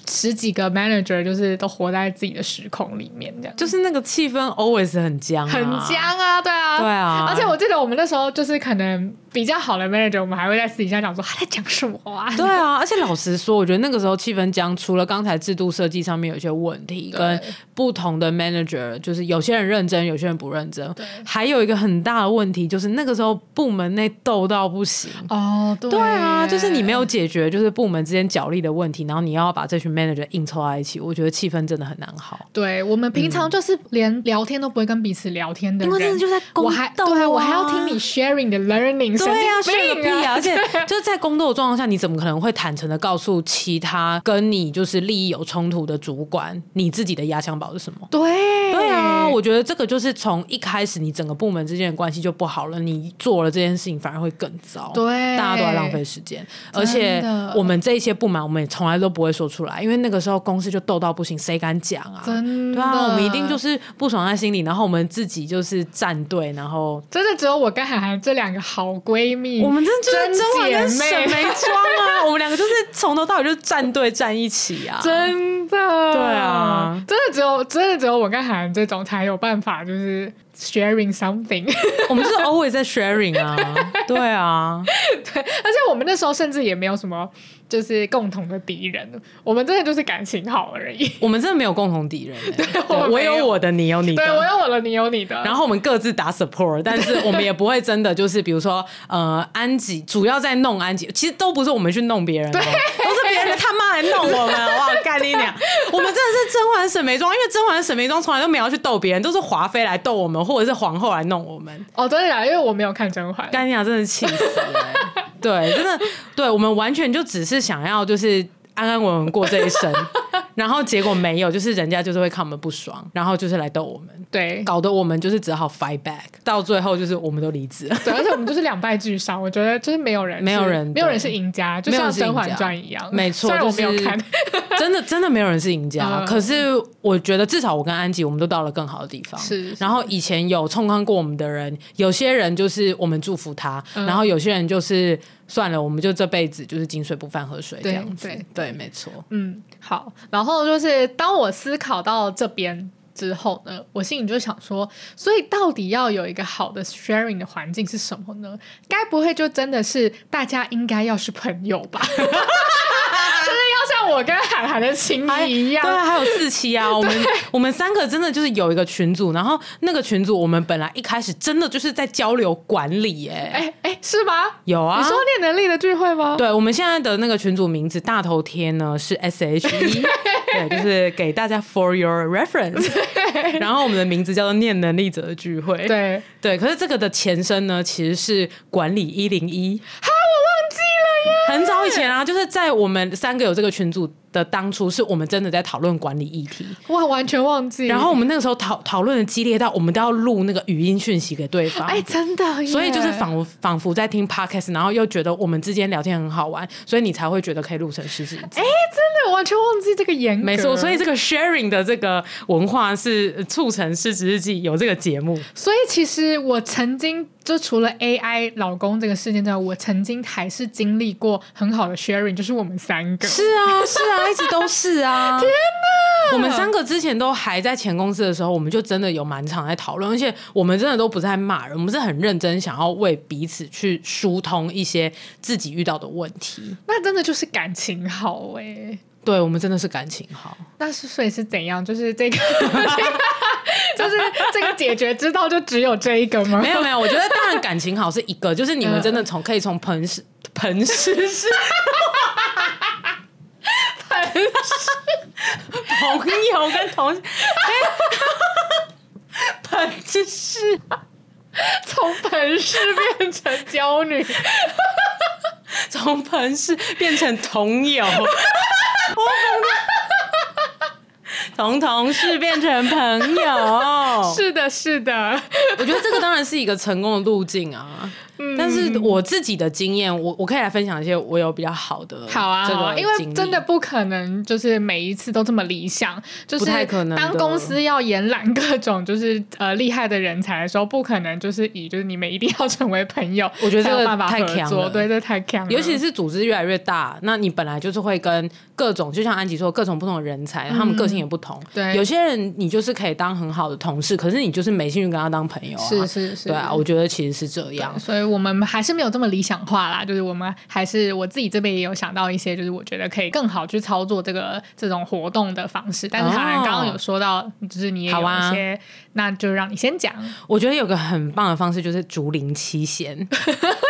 Speaker 1: 十几个 manager 就是都活在自己的时空里面，这样
Speaker 2: 就是那个气氛 always 很僵、啊，
Speaker 1: 很。僵啊，对啊，
Speaker 2: 对啊
Speaker 1: 而且我记得我们那时候就是可能比较好的 manager，我们还会在私底下讲说他在讲什么啊。
Speaker 2: 对啊，而且老实说，我觉得那个时候气氛僵，除了刚才制度设计上面有一些问题，
Speaker 1: 对
Speaker 2: 跟不同的 manager，就是有些人认真，有些人不认真，还有一个很大的问题就是那个时候部门内斗到不行。
Speaker 1: 哦，对
Speaker 2: 对啊，就是你没
Speaker 1: 有
Speaker 2: 有解决就是部门之间角力的问题，然后你要把这群 manager 硬凑在一起，我觉得气氛真的很难好。
Speaker 1: 对我们平常就是连聊天都不会跟彼此聊天的
Speaker 2: 因
Speaker 1: 人，
Speaker 2: 为真的就在宫
Speaker 1: 我还
Speaker 2: 斗
Speaker 1: 对啊，
Speaker 2: 啊
Speaker 1: 我还要听你 sharing 的 learning，神
Speaker 2: 对呀、
Speaker 1: 经
Speaker 2: 是个
Speaker 1: 病
Speaker 2: 屁啊！而且
Speaker 1: 对
Speaker 2: 就是在工作的状况下，你怎么可能会坦诚的告诉其他跟你就是利益有冲突的主管，你自己的压箱宝是什么？
Speaker 1: 对
Speaker 2: 对啊，我觉得这个就是从一开始你整个部门之间的关系就不好了，你做了这件事情反而会更糟。
Speaker 1: 对
Speaker 2: 大家都在浪费时间，
Speaker 1: 真的
Speaker 2: 而且我们这一些不满，我们也从来都不会说出来，因为那个时候公司就斗到不行，谁敢讲啊？
Speaker 1: 真的
Speaker 2: 对啊，我们一定就是不爽在心里，然后我们自己就是站队，然后
Speaker 1: 真的只有我跟涵涵这两个好闺蜜，
Speaker 2: 我们这就是甄嬛跟
Speaker 1: 嗯真
Speaker 2: 沈
Speaker 1: 姐妹，
Speaker 2: 眉庄啊，我们两个就是从头到尾就是站队站一起 啊。
Speaker 1: 真的，
Speaker 2: 对啊
Speaker 1: 真的只有真的只有我跟涵涵这种才有办法，就是 sharing something。
Speaker 2: 我们就是 always 在 sharing 啊， 对啊，
Speaker 1: 而且我们那时候甚至也没有什么就是共同的敌人，我们真的就是感情好而已。
Speaker 2: 我们真的没有共同敌人欸、
Speaker 1: 我们
Speaker 2: 我
Speaker 1: 没
Speaker 2: 有
Speaker 1: 有
Speaker 2: 我的，你有你
Speaker 1: 对我
Speaker 2: 的。
Speaker 1: 有我的，你有你的，
Speaker 2: 然后我们各自打 support，但是我们也不会真的就是，比如说，呃，安吉主要在弄安吉，其实都不是我们去弄别人、哦，都是别人他妈来弄我们，哇，干你娘！我们真的是甄嬛沈眉庄，因为甄嬛沈眉庄从来都没有去斗别人，都是华妃来斗我们，或者是皇后来弄我们。
Speaker 1: 哦，真的假的？因为我没有看甄嬛，
Speaker 2: 欸干娘真的气死了、对，真的，对我们完全就只是想要就是安安稳稳过这一生，然后结果没有，就是人家就是会看我们不爽，然后就是来逗我们，
Speaker 1: 对。
Speaker 2: 搞得我们就是只好 fight back，到最后就是我们都离职了。
Speaker 1: 对，而且我们就是两败俱伤。我觉得就是没有人是，
Speaker 2: 没有人
Speaker 1: 没有人是赢家，就
Speaker 2: 没有
Speaker 1: 像
Speaker 2: 人
Speaker 1: 《
Speaker 2: 是赢
Speaker 1: 甄
Speaker 2: 家
Speaker 1: 嬛传》一样。
Speaker 2: 没错，
Speaker 1: 嗯虽然我没
Speaker 2: 就
Speaker 1: 有
Speaker 2: 是
Speaker 1: 看，
Speaker 2: 真的真的没有人是赢家。
Speaker 1: 嗯
Speaker 2: 可是我觉得至少我跟安吉，我们都到了更好的地方。
Speaker 1: 是
Speaker 2: 然后以前有冲康过我们的人，有些人就是我们祝福他，
Speaker 1: 嗯
Speaker 2: 然后有些人就是算了，我们就这辈子就是井水不犯河水这
Speaker 1: 对
Speaker 2: 样子。
Speaker 1: 对
Speaker 2: 对，没错。
Speaker 1: 嗯，好。然后就是当我思考到这边之后呢，我心里就想说，所以到底要有一个好的 sharing 的环境是什么呢？该不会就真的是大家应该要是朋友吧？ 就是要像我跟韩寒的情
Speaker 2: 还
Speaker 1: 谊一样
Speaker 2: 对，啊，还有四期 啊，我们我们三个真的就是有一个群组，然后那个群组我们本来一开始真的就是在交流管理、耶，
Speaker 1: 哎哎，是吗？
Speaker 2: 有啊，
Speaker 1: 你说念能力的聚会吗？
Speaker 2: 对，我们现在的那个群组名字大头贴呢是 S H E，对，就是给大家 for your reference。然后我们的名字叫做念能力者的聚会。
Speaker 1: 对，
Speaker 2: 对，可是这个的前身呢，其实是管理一零一。哈，我忘记了耶！很早以前啊，就是在我们三个有这个群组的当初，是我们真的在讨论管理议题。
Speaker 1: 哇，完全忘记。
Speaker 2: 然后我们那个时候讨讨论的激烈到，我们都要录那个语音讯息给对方。
Speaker 1: 哎，真的耶，
Speaker 2: 所以就是仿仿佛在听 podcast，然后又觉得我们之间聊天很好玩，所以你才会觉得可以录成十几集。
Speaker 1: 真的完全忘记这个严格。
Speaker 2: 没错，所以这个 sharing 的这个文化是呃促成《失职日记》有这个节目。
Speaker 1: 所以其实我曾经就除了 AI 老公这个事件之外，我曾经还是经历过很好的 sharing，就是我们三个。
Speaker 2: 是啊，是啊，一直都是啊。 天哪！我们三个之前都还在前公司的时候，我们就真的有蛮常在讨论，而且我们真的都不是在骂人，我们是很认真想要为彼此去疏通一些自己遇到的问题。
Speaker 1: 那真的就是感情好哎、
Speaker 2: 对，我们真的是感情 好。
Speaker 1: 那是所以是怎样？就是这个， 就是这个解决之道就只有这一个吗？
Speaker 2: 没有没有，我觉得当然感情好是一个，就是你们真的从可以从朋师 朋师是 朋师朋友跟 同哎朋师
Speaker 1: 从本事变成娇女，
Speaker 2: 从朋师变成同友，从同事变成朋友，
Speaker 1: 是的，是的，
Speaker 2: 我觉得这个当然是一个成功的路径啊。
Speaker 1: 嗯
Speaker 2: 但是我自己的经验，我我可以来分享一些我有比较好的
Speaker 1: 好啊，
Speaker 2: 这
Speaker 1: 好
Speaker 2: 个
Speaker 1: 啊，因
Speaker 2: 经
Speaker 1: 为
Speaker 2: 历
Speaker 1: 真的不可能就是每一次都这么理想，就是
Speaker 2: 不太可能的
Speaker 1: 当公司要延揽各种就是呃厉害的人才的时候，不可能就是以就是你们一定要成为朋友，
Speaker 2: 我觉得这个
Speaker 1: 才有办法
Speaker 2: 太
Speaker 1: 合
Speaker 2: 强
Speaker 1: 作，
Speaker 2: 了
Speaker 1: 对，这太强了，
Speaker 2: 尤其是组织越来越大，那你本来就是会跟各种，就像安吉说，各种不同的人才，他们个性也不同。
Speaker 1: 嗯对
Speaker 2: 有些人你就是可以当很好的同事，可是你就是没兴趣跟他当朋友啊。
Speaker 1: 是是是，
Speaker 2: 对啊，我觉得其实是这样。
Speaker 1: 所以我们还是没有这么理想化啦，就是我们还是我自己这边也有想到一些，就是我觉得可以更好去操作这个这种活动的方式。但是
Speaker 2: 哦
Speaker 1: 当然刚刚有说到，就是你也有
Speaker 2: 好啊
Speaker 1: 一些，那就让你先 讲
Speaker 2: 我觉得有个很棒的方式就是竹林七贤，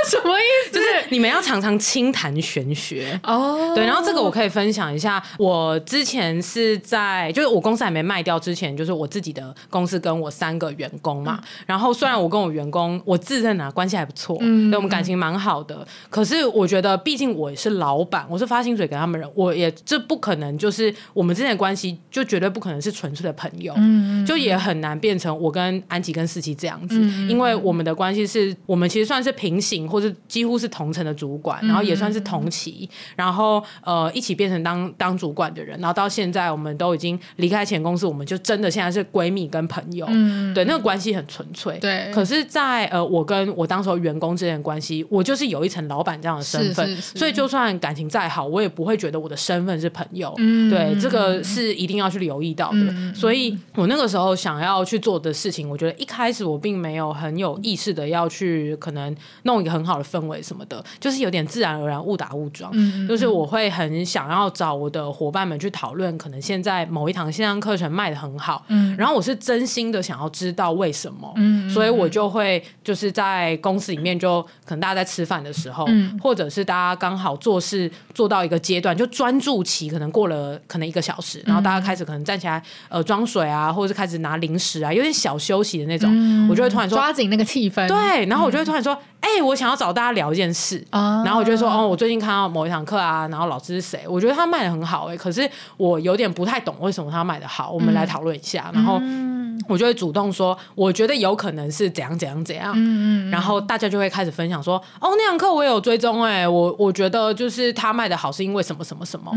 Speaker 1: 什么意思？
Speaker 2: 就是你们要常常清谈玄学。
Speaker 1: 哦，
Speaker 2: 对，然后这个我可以分享一下，我之前是在就是我公司还没卖掉之前，就是我自己的公司跟我三个员工嘛。然后虽然我跟我员工我自认啊关系还不错，
Speaker 1: 嗯
Speaker 2: 嗯，对我们感情蛮好的，可是我觉得毕竟我也是老板，我是发薪水给他们人，我也这不可能就是我们之间的关系就绝对不可能是纯粹的朋友，
Speaker 1: 嗯，
Speaker 2: 就也很难变成我跟安吉跟四琪这样子，
Speaker 1: 嗯嗯
Speaker 2: 因为我们的关系是我们其实算是平行，或是几乎是同层的主管，
Speaker 1: 嗯
Speaker 2: 然后也算是同期，然后呃一起变成当当主管的人，然后到现在我们都已经离开前公司，我们就真的现在是闺蜜跟朋友，
Speaker 1: 嗯
Speaker 2: 对，那个关系很纯粹。
Speaker 1: 对，
Speaker 2: 可是在，呃，我跟我当时候员工之间的关系，我就是有一层老板这样的身份，
Speaker 1: 是是是
Speaker 2: 所以就算感情再好，我也不会觉得我的身份是朋友。
Speaker 1: 嗯
Speaker 2: 对，这个是一定要去留意到的。
Speaker 1: 嗯
Speaker 2: 所以我那个时候想要去做的事情，我觉得一开始我并没有很有意识的要去可能弄一个很好的氛围什么的，就是有点自然而然误打误撞。
Speaker 1: 嗯
Speaker 2: 就是我会很想要找我的伙伴们去讨论，可能现在某一堂线上课程卖的很好，
Speaker 1: 嗯
Speaker 2: 然后我是真心的想要知道为什么，
Speaker 1: 嗯
Speaker 2: 所以我就会就是在公司里面就可能大家在吃饭的时候，
Speaker 1: 嗯
Speaker 2: 或者是大家刚好做事做到一个阶段，就专注期可能过了可能一个小时，
Speaker 1: 嗯
Speaker 2: 然后大家开始可能站起来呃装水啊，或者是开始拿零食啊，有点小休
Speaker 1: 嗯
Speaker 2: 息的那种，我就会突然说
Speaker 1: 抓紧那个气氛，
Speaker 2: 对，然后我就会突然说：“哎、我想要找大家聊一件事。事。
Speaker 1: 嗯啊
Speaker 2: 然后我就会说，哦，我最近看到某一堂课啊，然后老师是谁？我觉得他卖的很好哎、可是我有点不太懂为什么他卖的好，我们来讨论一下。然后
Speaker 1: 嗯
Speaker 2: 我就会主动说，我觉得有可能是怎样怎样怎样。
Speaker 1: 嗯嗯，
Speaker 2: 然后大家就会开始分享说，哦，那堂课我也有追踪哎、我我觉得就是他卖的好是因为什么什么什么，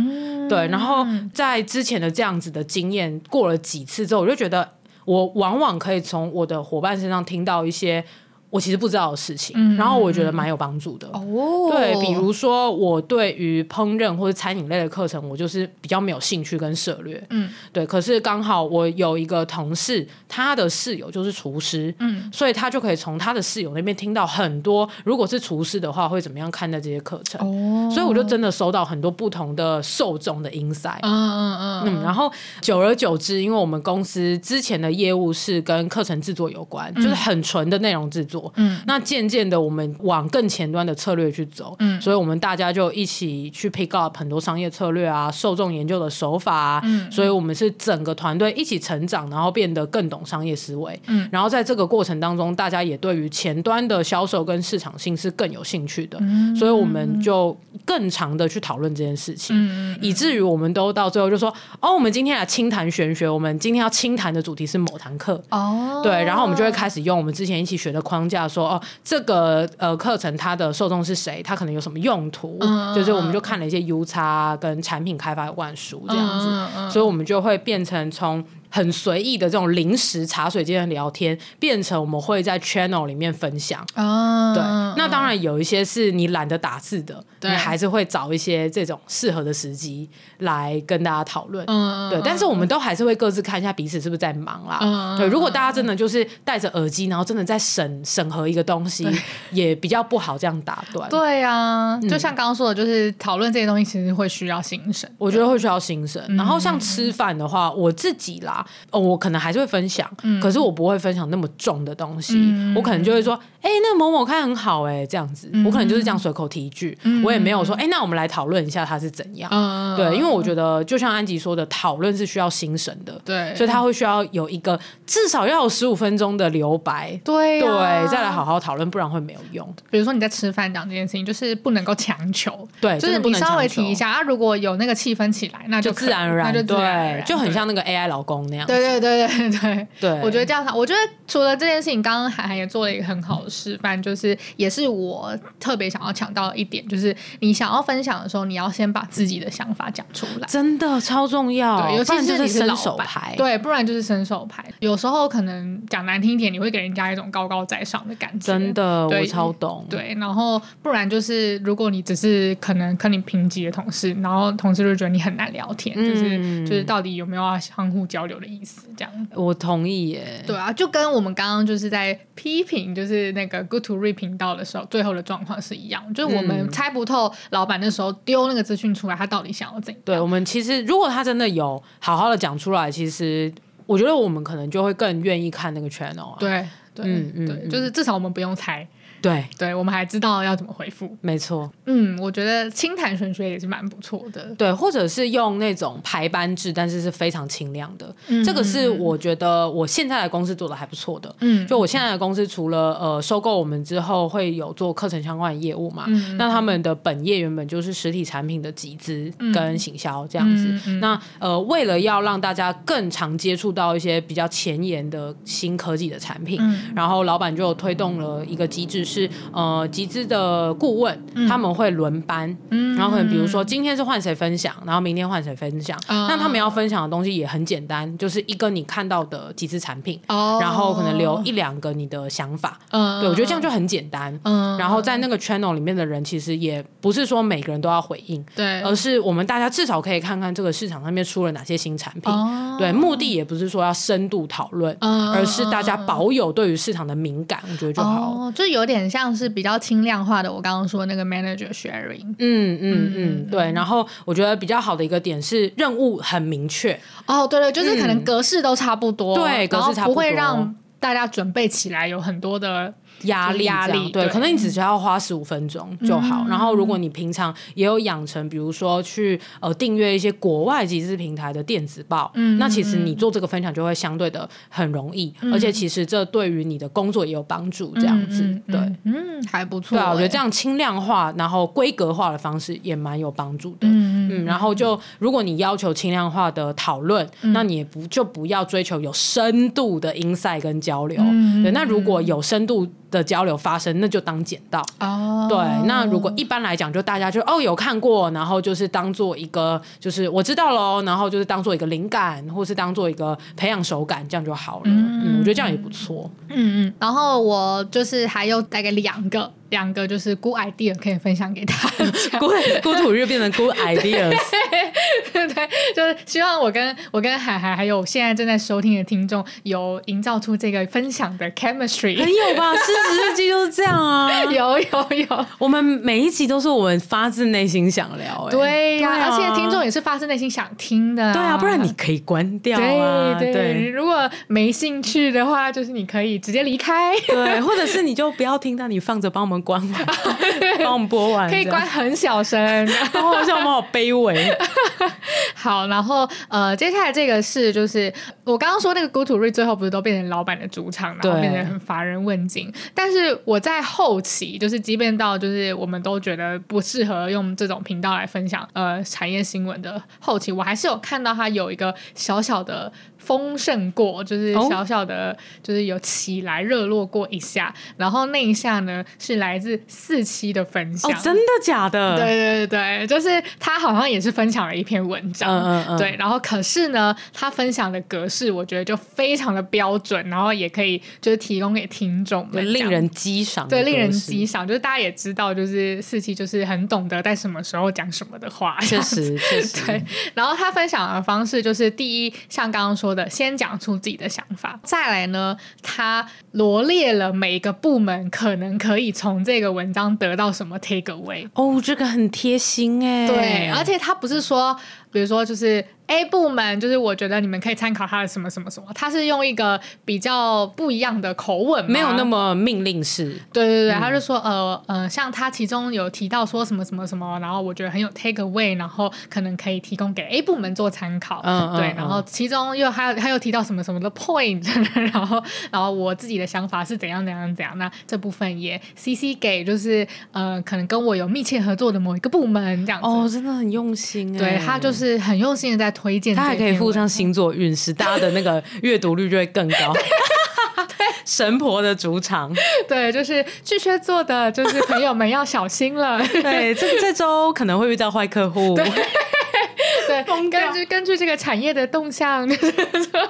Speaker 2: 对。然后
Speaker 1: 嗯
Speaker 2: 在之前的这样子的经验过了几次之后，我就觉得我往往可以从我的伙伴身上听到一些我其实不知道的事情，
Speaker 1: 嗯
Speaker 2: 然后我觉得蛮有帮助的。
Speaker 1: 哦，
Speaker 2: 对，比如说我对于烹饪或者餐饮类的课程，我就是比较没有兴趣跟涉略。
Speaker 1: 嗯，
Speaker 2: 对。可是刚好我有一个同事，他的室友就是厨师，
Speaker 1: 嗯，
Speaker 2: 所以他就可以从他的室友那边听到很多，如果是厨师的话，会怎么样看待这些课程。
Speaker 1: 哦，
Speaker 2: 所以我就真的收到很多不同的受众的 insight。
Speaker 1: 嗯嗯嗯
Speaker 2: 嗯，然后久而久之，因为我们公司之前的业务是跟课程制作有关，就是很纯的内容制作。
Speaker 1: 嗯
Speaker 2: 那渐渐的，我们往更前端的策略去走。
Speaker 1: 嗯
Speaker 2: 所以我们大家就一起去 pick up 很多商业策略啊、受众研究的手法啊。
Speaker 1: 嗯
Speaker 2: 所以我们是整个团队一起成长，然后变得更懂商业思维。
Speaker 1: 嗯
Speaker 2: 然后在这个过程当中，大家也对于前端的销售跟市场性是更有兴趣的。
Speaker 1: 嗯
Speaker 2: 所以我们就更长的去讨论这件事情。
Speaker 1: 嗯
Speaker 2: 以至于我们都到最后就说，哦，我们今天来清谈玄学，我们今天要清谈的主题是某堂课。
Speaker 1: 哦，
Speaker 2: 对，然后我们就会开始用我们之前一起学的框架说，哦，这个呃课程它的受众是谁，它可能有什么用途，
Speaker 1: 嗯
Speaker 2: 就是我们就看了一些 U 叉跟产品开发有关的书这样子，
Speaker 1: 嗯嗯嗯
Speaker 2: 所以我们就会变成从很随意的这种临时茶水间的聊天，变成我们会在 channel 里面分享。
Speaker 1: 啊，
Speaker 2: 对，那当然有一些是你懒得打字的，你
Speaker 1: 对
Speaker 2: 还是会找一些这种适合的时机来跟大家讨论。
Speaker 1: 嗯，嗯
Speaker 2: 对，但是我们都还是会各自看一下彼此是不是在忙啦。
Speaker 1: 嗯
Speaker 2: 对，如果大家真的就是戴着耳机，然后真的在审审核一个东西，也比较不好这样打断。，
Speaker 1: 对呀、
Speaker 2: 嗯
Speaker 1: 就像刚刚说的，就是讨论这些东西其实会需要精神。
Speaker 2: 我觉得会需要心神。
Speaker 1: 嗯
Speaker 2: 然后像吃饭的话，我自己啦，哦，我可能还是会分享，
Speaker 1: 嗯
Speaker 2: 可是我不会分享那么重的东西，我可能就会说，哎、那个某某看很好、哎，这样子，
Speaker 1: 嗯
Speaker 2: 我可能就是这样随口提一句，我也没有说，哎、那我们来讨论一下它是怎样。
Speaker 1: 嗯，
Speaker 2: 对，因为我觉得就像安吉说的，讨论是需要心神的。
Speaker 1: 对，
Speaker 2: 所以他会需要有一个至少要有十五分钟的留白，
Speaker 1: 对、
Speaker 2: 对，
Speaker 1: 啊、
Speaker 2: 再来好。好讨论，不然会没有用。
Speaker 1: 比如说你在吃饭讲这件事情，就是不能够强求，
Speaker 2: 对，
Speaker 1: 就
Speaker 2: 真
Speaker 1: 是
Speaker 2: 的不
Speaker 1: 你
Speaker 2: 能
Speaker 1: 稍微
Speaker 2: 强求
Speaker 1: 提一，下啊，如果有那个气氛起来，那
Speaker 2: 哦就
Speaker 1: 可
Speaker 2: 自然而然，
Speaker 1: 那就自然而
Speaker 2: 对，
Speaker 1: 然
Speaker 2: 就很像那个 AI 老公那样。
Speaker 1: 对。对对对对对。
Speaker 2: 对，
Speaker 1: 我觉得这样，我觉得除了这件事情，刚刚海涵也做了一个很好的示范，就是也是我特别想要强调的一点，就是你想要分享的时候，你要先把自己的想法讲出来。
Speaker 2: 真的超重要，
Speaker 1: 对，尤
Speaker 2: 哦不
Speaker 1: 其
Speaker 2: 然就是
Speaker 1: 你是
Speaker 2: 伸
Speaker 1: 老
Speaker 2: 手
Speaker 1: 板
Speaker 2: 牌。
Speaker 1: 对，不然就是伸手牌。有时候可能讲难听一点，你会给人家一种高高在上的感觉。
Speaker 2: 真的，
Speaker 1: 对
Speaker 2: 我超懂。，
Speaker 1: 对，然后不然就是，如果你只是可能跟你平级的同事，然后同事就觉得你很难聊天，
Speaker 2: 嗯
Speaker 1: 就是就是到底有没有要相互交流的意思，这样。
Speaker 2: 我同意耶。
Speaker 1: 对啊，就跟我们刚刚就是在批评，就是那个 Good to Read 频道的时候，最后的状况是一样，就是我们
Speaker 2: 嗯
Speaker 1: 猜不透老板那时候丢那个资讯出来，他到底想要怎样。
Speaker 2: 对，我们其实如果他真的有好好的讲出来，其实我觉得我们可能就会更愿意看那个 channel 啊。
Speaker 1: 对对、
Speaker 2: 嗯嗯
Speaker 1: 对，
Speaker 2: 嗯
Speaker 1: 就是至少我们不用猜，
Speaker 2: 对，
Speaker 1: 对我们还知道要怎么回复。
Speaker 2: 没错。
Speaker 1: 嗯，我觉得清谈玄学也是蛮不错的。
Speaker 2: 对，或者是用那种排班制，但是是非常轻量的。
Speaker 1: 嗯
Speaker 2: 这个是我觉得我现在的公司做的还不错的。
Speaker 1: 嗯，
Speaker 2: 就我现在的公司，除了呃收购我们之后会有做课程相关的业务嘛，
Speaker 1: 嗯
Speaker 2: 那他们的本业原本就是实体产品的集资
Speaker 1: 嗯
Speaker 2: 跟行销这样子。
Speaker 1: 嗯嗯
Speaker 2: 那呃，为了要让大家更常接触到一些比较前沿的新科技的产品，
Speaker 1: 嗯
Speaker 2: 然后老板就有推动了一个机制是，呃集资的顾问、
Speaker 1: 嗯
Speaker 2: 他们会轮班，
Speaker 1: 嗯
Speaker 2: 然后可能比如说今天是换谁分享，然后明天换谁分享。
Speaker 1: 啊
Speaker 2: 那他们要分享的东西也很简单，就是一个你看到的集资产品，
Speaker 1: 哦，
Speaker 2: 然后可能留一两个你的想法。
Speaker 1: 嗯，
Speaker 2: 对我觉得这样就很简单。
Speaker 1: 嗯，
Speaker 2: 然后在那个 channel 里面的人，其实也不是说每个人都要回应，
Speaker 1: 对，
Speaker 2: 而是我们大家至少可以看看这个市场上面出了哪些新产品。
Speaker 1: 哦
Speaker 2: 对，目的也不是说要深度讨论，
Speaker 1: 嗯
Speaker 2: 而是大家保有对于市场的敏感，我觉得就好。
Speaker 1: 哦，就有点像是比较轻量化的，我刚刚说那个 manager sharing
Speaker 2: 嗯
Speaker 1: 嗯
Speaker 2: 嗯嗯，对。然后我觉得比较好的一个点是任务很明确，
Speaker 1: 哦，对对，就是可能
Speaker 2: 嗯
Speaker 1: 格式都差不多，
Speaker 2: 对
Speaker 1: 然后
Speaker 2: 格式差不
Speaker 1: 不
Speaker 2: 多
Speaker 1: 会让大家准备起来有很多的
Speaker 2: 压力这样，
Speaker 1: 压力
Speaker 2: 对，
Speaker 1: 对嗯
Speaker 2: 可能你只需要花十五分钟就好。然后，如果你平常也有养成，比如说去呃订阅一些国外集资平台的电子报，
Speaker 1: 嗯
Speaker 2: 那其实你做这个分享就会相对的很容易，而且其实这对于你的工作也有帮助，这样子，
Speaker 1: 嗯嗯
Speaker 2: 对。
Speaker 1: 嗯嗯，还不错、
Speaker 2: 对啊，我觉得这
Speaker 1: 样，
Speaker 2: 样轻量化，然后规格化的方式也蛮有帮助的。
Speaker 1: 嗯
Speaker 2: 嗯，然后就如果你要求轻量化的讨论，那你也不就不要追求有深度的 insight 跟交流。
Speaker 1: 嗯
Speaker 2: 对，那如果有深度的交流发生，那就当捡到。
Speaker 1: 哦，
Speaker 2: 对，那如果一般来讲，就大家就哦有看过，然后就是当做一个就是我知道喽，然后就是当做一个灵感，或是当做一个培养手感，这样就好了。嗯，我觉得这样也不错。
Speaker 1: 嗯嗯，然后我就是还有大概两个，两个就是 good idea 可以分享给大 家。
Speaker 2: 孤孤土日变成 good ideas，
Speaker 1: 对，就是希望我跟我跟海海还有现在正在收听的听众，有营造出这个分享的 chemistry
Speaker 2: 很。有吧？事实日记就是这样啊。
Speaker 1: 有有有，
Speaker 2: 我们每一集都是我们发自内心想聊、哎，
Speaker 1: 对呀、
Speaker 2: 对啊
Speaker 1: 而且听众也是发自内心想听的、
Speaker 2: 对啊，不然你可以关掉啊，
Speaker 1: 对
Speaker 2: 对
Speaker 1: 如果没兴趣的话，就是你可以直接离开，
Speaker 2: 对，或者是你就不要听到你放着帮我们关 完，帮我们播完，
Speaker 1: 可以关
Speaker 2: 这样。
Speaker 1: 很小声。
Speaker 2: 好好笑，我们好卑微。
Speaker 1: 好，然后呃，接下来这个是就是我刚刚说那个 Go to Re 最后不是都变成老板的主场，然后
Speaker 2: 对
Speaker 1: 变得很乏人问津。但是我在后期，就是即便到就是我们都觉得不适合用这种频道来分享呃产业新闻的后期，我还是有看到它有一个小小的丰盛过，就是
Speaker 2: 哦
Speaker 1: 小小的、就是有起来热络过一下。然后那一下呢是来自四期的分享，
Speaker 2: 哦，真的假的？
Speaker 1: 对对对，就是他好像也是分享了一篇文章，
Speaker 2: 嗯嗯嗯
Speaker 1: 对，然后可是呢，他分享的格式我觉得就非常的标准，然后也可以就是提供给听众
Speaker 2: 就
Speaker 1: 们，
Speaker 2: 令人激赏，
Speaker 1: 这样对令人激。赏，就是大家也知道，就是四期就是很懂得在什么时候讲什么的话，
Speaker 2: 确 实，确 实，
Speaker 1: 对，然后他分享的方式就是：第一，像刚刚说的，先讲出自己的想法；再来呢，他罗列了每一个部门可能可以从这个文章得到什么 take away。
Speaker 2: 哦，这个很贴心哎、
Speaker 1: 对，而且他不是说，比如说就是 A 部门，就是我觉得你们可以参考他的什么什么什么，他是用一个比较不一样的口吻嘛，
Speaker 2: 没有那么嗯命令式。
Speaker 1: 对对对，他就说呃呃，像他其中有提到说什么什么什么，然后我觉得很有 take away，然后可能可以提供给 A 部门做参考，
Speaker 2: 嗯嗯
Speaker 1: 对，
Speaker 2: 嗯
Speaker 1: 然后其中又还有他又提到什么什么的 point，然 后然后我自己的想法是怎样怎样怎样，那这部分也 CC 给就是呃可能跟我有密切合作的某一个部门这样子，
Speaker 2: 哦，真的很用心哎、
Speaker 1: 对他就是很用心的在推荐这
Speaker 2: 它
Speaker 1: 篇
Speaker 2: 还
Speaker 1: 文，
Speaker 2: 可以附上星座运势，大家的那个阅读率就会更 高。神婆的主场，
Speaker 1: 对，就是巨蟹座的，就是朋友们要小心 了。
Speaker 2: 对，这这周可能会遇到坏客 户，
Speaker 1: 对，根据根据这个产业的动向， 就是说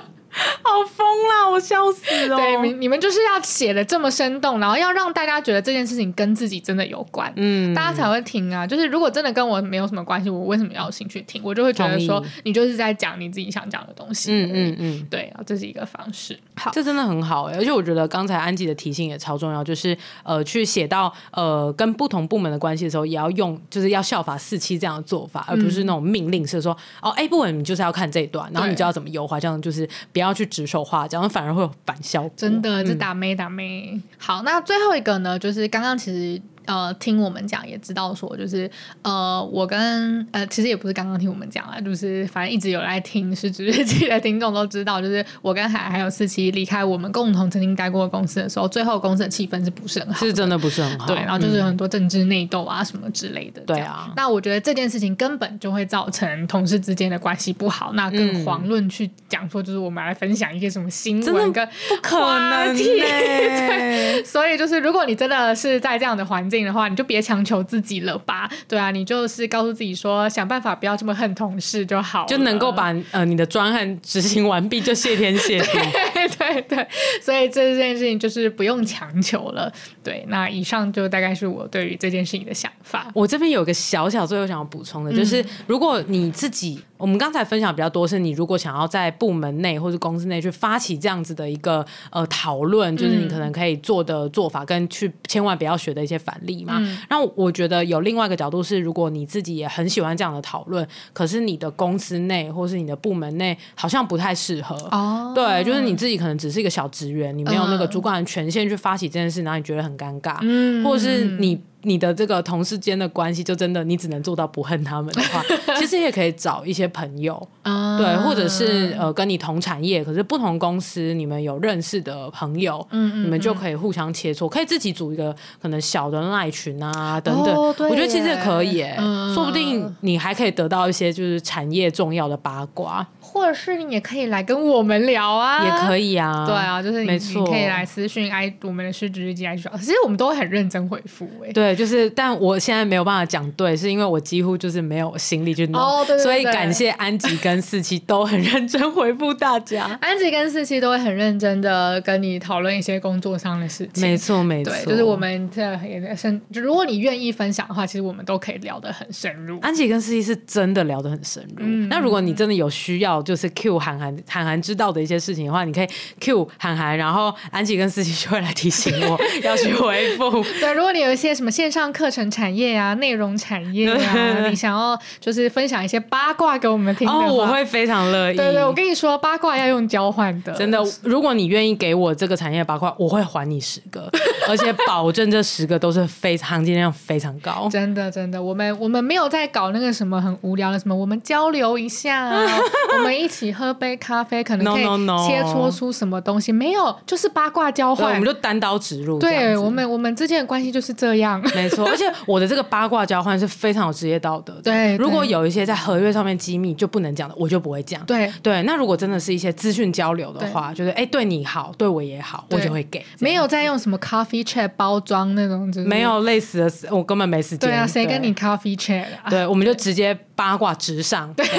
Speaker 2: 好疯啦，我笑死哦
Speaker 1: 对你你们就是要写的这么生动，然后要让大家觉得这件事情跟自己真的有关，
Speaker 2: 嗯
Speaker 1: 大家才会听啊。就是如果真的跟我没有什么关系，我为什么要有兴趣听？我就会觉得
Speaker 2: 同意
Speaker 1: 说，你就是在讲你自己想讲的东西。
Speaker 2: 嗯嗯。嗯，
Speaker 1: 对，啊这是一个方式。好，
Speaker 2: 这真的很好哎、而且我觉得刚才安吉的提醒也超重要，就是呃，去写到呃跟不同部门的关系的时候，也要用就是要效法四期这样的做法，而不是那种命令式说哦 A 部门你就是要看这一段，然后你
Speaker 1: 对
Speaker 2: 就要怎么优化，这样就是不要去指手画脚，这样反而会有反效果。
Speaker 1: 真的，这
Speaker 2: 嗯
Speaker 1: 打妹打妹。好，那最后一个呢，就是刚刚其实。呃，听我们讲也知道说，就是呃，我跟呃，其实也不是刚刚听我们讲啊，就是反正一直有来听《是 指日记》的听众都知道，就是我跟海还有思琪离开我们共同曾经待过的公司的时候，最后公司的气氛是不是很好？
Speaker 2: 是真的不是很好。
Speaker 1: 对，然后就是
Speaker 2: 嗯
Speaker 1: 很多政治内斗啊什么之类的。
Speaker 2: 对
Speaker 1: 这样
Speaker 2: 啊
Speaker 1: 那我觉得这件事情根本就会造成同事之间的关系不好，那更
Speaker 2: 嗯
Speaker 1: 遑论去讲说，就是我们来分享一些什么新
Speaker 2: 真的
Speaker 1: 闻跟
Speaker 2: 不可能、欸
Speaker 1: 话
Speaker 2: 呢。
Speaker 1: 题 对所以就是，如果你真的是在这样的环境的话，你就别强求自己了吧。对啊，你就是告诉自己说，想办法不要这么恨同事就好了，
Speaker 2: 就能够把呃你的专案执行完毕，就谢天谢地。
Speaker 1: 对对对，所以这件事情就是不用强求了。对，那以上就大概是我对于这件事情的想法。嗯
Speaker 2: 我这边有个小小最后想要补充的，就是如果你自己我们刚才分享比较多是你如果想要在部门内或是公司内去发起这样子的一个呃讨论，
Speaker 1: 嗯
Speaker 2: 就是你可能可以做的做法跟去千万不要学的一些反例嘛。
Speaker 1: 嗯
Speaker 2: 那我觉得有另外一个角度是，如果你自己也很喜欢这样的讨论，可是你的公司内或是你的部门内好像不太适合。
Speaker 1: 哦
Speaker 2: 对，就是你自己可能只是一个小职员，你没有那个
Speaker 1: 嗯
Speaker 2: 主管的权限去发起这件事，然后你觉得很尴尬，
Speaker 1: 嗯
Speaker 2: 或者是你你的这个同事间的关系，就真的你只能做到不恨他们的话，其实也可以找一些朋 友，
Speaker 1: 啊
Speaker 2: 对，或者是呃跟你同产业，可是不同公司你们有认识的朋友，
Speaker 1: 嗯
Speaker 2: 你们就可以互相切磋，可以自己组一个可能小的赖群啊等等，
Speaker 1: 哦对
Speaker 2: 我觉得其实也可以、
Speaker 1: 耶
Speaker 2: 欸，
Speaker 1: 嗯
Speaker 2: 说不定你还可以得到一些就是产业重要的八卦，
Speaker 1: 或者是你也可以来跟我们聊啊，
Speaker 2: 也可
Speaker 1: 以。
Speaker 2: 以啊，
Speaker 1: 对啊，就是你
Speaker 2: 没
Speaker 1: 你
Speaker 2: 错，
Speaker 1: 可以来私讯 i 我们的失职日记 i 去找，其实我们都会很认真回复哎、
Speaker 2: 对，就是，但我现在没有办法讲对，是因为我几乎就是没有心力去弄，
Speaker 1: 哦对对对
Speaker 2: 所以
Speaker 1: 对
Speaker 2: 感谢安吉跟四七都很认真回复大家。
Speaker 1: 安吉跟四七都会很认真的跟你讨论一些工作上的事情。
Speaker 2: 没错，没错，
Speaker 1: 对，就是我们这也深，就如果你愿意分享的话，其实我们都可以聊得很深 入。
Speaker 2: 安吉跟四七是真的聊得很深入。
Speaker 1: 嗯
Speaker 2: 那如果你真的有需要，就是 Q 韩寒韩寒知道的一些事情的话，你可以 Q 韩寒，然后安吉跟四七就会来提醒我 要去回复。
Speaker 1: 对，如果你有一些什么线上课程产业啊、内容产业 啊，你想要就是分享一些八卦给我们 听的话，
Speaker 2: 哦，我会非常乐意。
Speaker 1: 对对，我跟你说，八卦要用交换的，
Speaker 2: 真的，如果你愿意给我这个产业八卦，我会还你十 个，而且保证这十个都是非常含金量非常高。
Speaker 1: 真的真的，我们我们没有在搞那个什么很无聊的什么，我们交流一 下，我们一起喝杯咖啡，可能
Speaker 2: No,
Speaker 1: 可以
Speaker 2: no, no
Speaker 1: 切磋出什么东西。没有，就是八卦交
Speaker 2: 对，我
Speaker 1: 换
Speaker 2: 们。就单刀直入这样子。
Speaker 1: 对我们我们之间的关系就是这样。
Speaker 2: 没错，而且我的这个八卦交换是非常有职业道德的。
Speaker 1: 对
Speaker 2: 如果
Speaker 1: 对
Speaker 2: 有一些在合约上面机密就不能讲的，我就不会讲。
Speaker 1: 对，
Speaker 2: 对，那如果真的是一些资讯交流的话，就是哎、对你好，对我也好，我
Speaker 1: 对
Speaker 2: 就会给。
Speaker 1: 没有在用什么 coffee chat 包装那种，就是
Speaker 2: 没。有类似的，我根本没时间。
Speaker 1: 对啊，谁跟你 coffee chat 啊？
Speaker 2: 对，我们就直接八卦直上。对。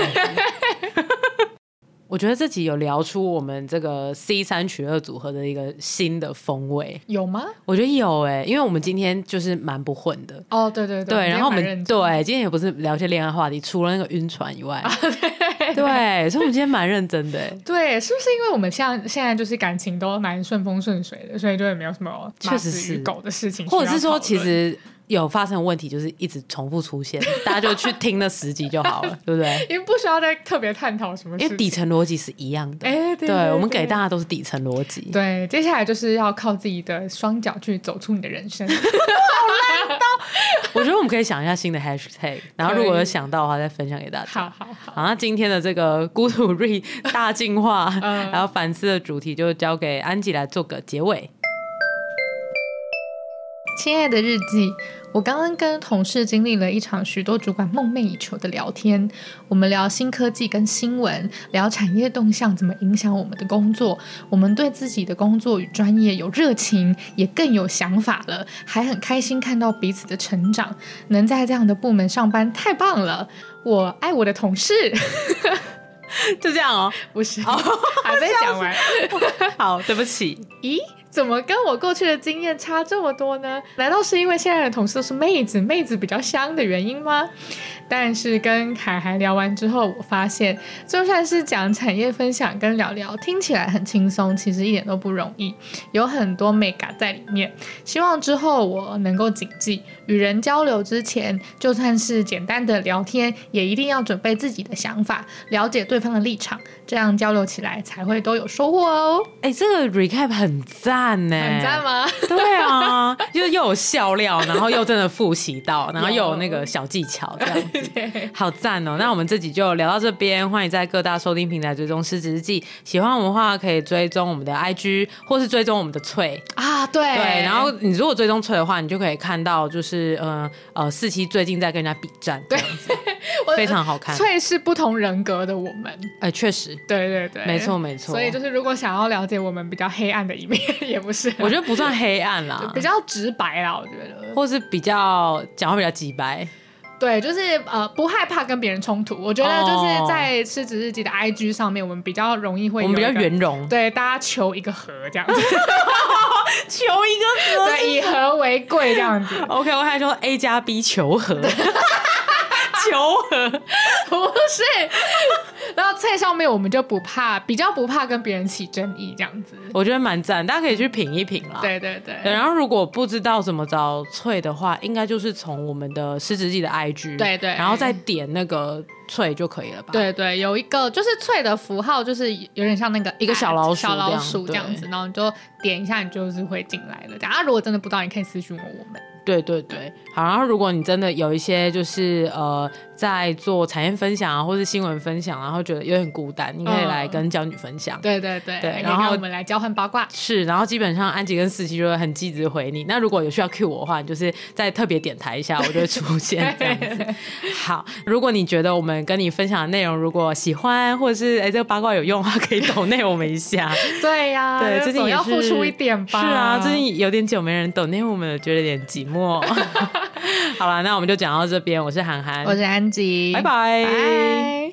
Speaker 2: 我觉得这集有聊出我们这个 C 三取二组合的一个新的风味，
Speaker 1: 有吗？
Speaker 2: 我觉得有哎、因为我们今天就是蛮不混的，
Speaker 1: 哦，对对
Speaker 2: 对，然后我们
Speaker 1: 对
Speaker 2: 对今天也不是聊一些恋爱话题，除了那个晕船以 外，啊对，所以我们今天蛮认真的欸，
Speaker 1: 对，是不是因为我们像现在就是感情都蛮顺风顺水的，所以就也没有什么
Speaker 2: 确
Speaker 1: 马
Speaker 2: 实
Speaker 1: 子与
Speaker 2: 是
Speaker 1: 狗的事情需要讨
Speaker 2: 或者
Speaker 1: 论，
Speaker 2: 是说其实有发生问题，就是一直重复出 现，大家就去听那 十集就好了，对不对？
Speaker 1: 因为不需要再特别探讨什么事情，
Speaker 2: 因为底层逻辑是一样的，
Speaker 1: 哎对
Speaker 2: 对
Speaker 1: 对
Speaker 2: 我们
Speaker 1: 对
Speaker 2: 给大家都是底层逻辑，
Speaker 1: 对，接下来就是要靠自己的双脚去走出你的人生。
Speaker 2: 我觉得我们可以想一下新的 hashtag，然后如果
Speaker 1: 可以
Speaker 2: 有想到的话再分享给大家。
Speaker 1: 好好好，
Speaker 2: 好，那今天的这个孤独瑞大进化，
Speaker 1: 嗯
Speaker 2: 然后反思的主题就交给安吉来做个结尾。
Speaker 1: 亲爱的日记，我刚刚跟同事经历了一场许多主管梦寐以求的聊天。我们聊新科技跟新闻，聊产业动向怎么影响我们的工作。我们对自己的工作与专业有热情，也更有想法了，还很开心看到彼此的成长。能在这样的部门上班，太棒了！我爱我的同事，
Speaker 2: 就这样哦，
Speaker 1: 不是，还没讲完。
Speaker 2: 好，对不起，
Speaker 1: 咦，怎么跟我过去的经验差这么多呢？难道是因为现在的同事都是妹子，妹子比较香的原因吗？但是跟凯海聊完之后，我发现就算是讲产业分享跟聊聊，听起来很轻松，其实一点都不容易，有很多美感在里面。希望之后我能够谨记，与人交流之前，就算是简单的聊天，也一定要准备自己的想法，了解对方的立场，这样交流起来才会都有收获哦。
Speaker 2: 哎、这个 recap 很赞呢，
Speaker 1: 很赞？吗？
Speaker 2: 对啊，就是又有笑料，然后又真的复习到，然后又
Speaker 1: 有
Speaker 2: 有那个小技巧，这样子， 好赞哦！那我们这集就聊到这边，欢迎在各大收听平台追踪《失职日记》，喜欢我们的话可以追踪我们的 IG，或是追踪我们的翠。
Speaker 1: 啊，对
Speaker 2: 对，然后你如果追踪翠的话，你就可以看到，就是呃呃，四期最近在跟人家比战，对，
Speaker 1: 我
Speaker 2: 非常好看。
Speaker 1: 翠是不同人格的我们，
Speaker 2: 呃，确实，
Speaker 1: 对对对，
Speaker 2: 没错没错
Speaker 1: 所以就是如果想要了解我们比较黑暗的一面，也不是，
Speaker 2: 我觉得不算黑暗啦
Speaker 1: 就，比较直白啦，我觉得，
Speaker 2: 或是比较讲话比较直白，
Speaker 1: 对，就是呃不害怕跟别人冲突。我觉得就
Speaker 2: 哦
Speaker 1: 是在失职日记的 IG 上面，我们比较容易会
Speaker 2: 我们比
Speaker 1: 有
Speaker 2: 较
Speaker 1: 一个
Speaker 2: 圆。融，
Speaker 1: 对，大家求一个和这样子，
Speaker 2: 求一个
Speaker 1: 对，以和为贵这样子。
Speaker 2: OK，我还说 A 加 B 求和， 求和。
Speaker 1: 不是。 然后在上面我们就不怕，比较不怕跟别人起争议这样子。
Speaker 2: 我觉得蛮赞，大家可以去品一品啦。
Speaker 1: 对对
Speaker 2: 对。
Speaker 1: 对，
Speaker 2: 然后，如果不知道怎么找翠的话，应该就是从我们的失职记的 IG，
Speaker 1: 对对
Speaker 2: 然后再点那个翠就可以了吧？，
Speaker 1: 对对，有一个就是翠的符号，就是有点像那个
Speaker 2: 一个小老鼠
Speaker 1: 小老鼠这
Speaker 2: 这样
Speaker 1: 样子，然后你就点一下，你就是会进来了。这样啊，如果真的不知道，你可以私信我我们。
Speaker 2: 对对对，好。然后如果你真的有一些就是呃，在做产业分享啊，或是新闻分享啊，然后觉得有点孤单，你可以
Speaker 1: 嗯
Speaker 2: 来跟娇女分享。
Speaker 1: 对对对，
Speaker 2: 对
Speaker 1: 可以
Speaker 2: 然后
Speaker 1: 让我们来交换八卦。
Speaker 2: 是，然后基本上安吉跟四七就会很积极地回你。那如果有需要 cue 我的话，你就是再特别点台一下，我就会出现这样子。好，如果你觉得我们跟你分享的内容如果喜欢，或者是哎、这个八卦有用的话，可以抖内我们一下。
Speaker 1: 对呀，
Speaker 2: 对，最
Speaker 1: 啊
Speaker 2: 近
Speaker 1: 总
Speaker 2: 也
Speaker 1: 要
Speaker 2: 是
Speaker 1: 付出一点吧。
Speaker 2: 是啊，最近有点久没人抖内我们了，觉得有点 寂寞。好了，那我们就讲到这边。我是韩寒，
Speaker 3: 我是安吉，
Speaker 2: 拜拜。
Speaker 1: 拜。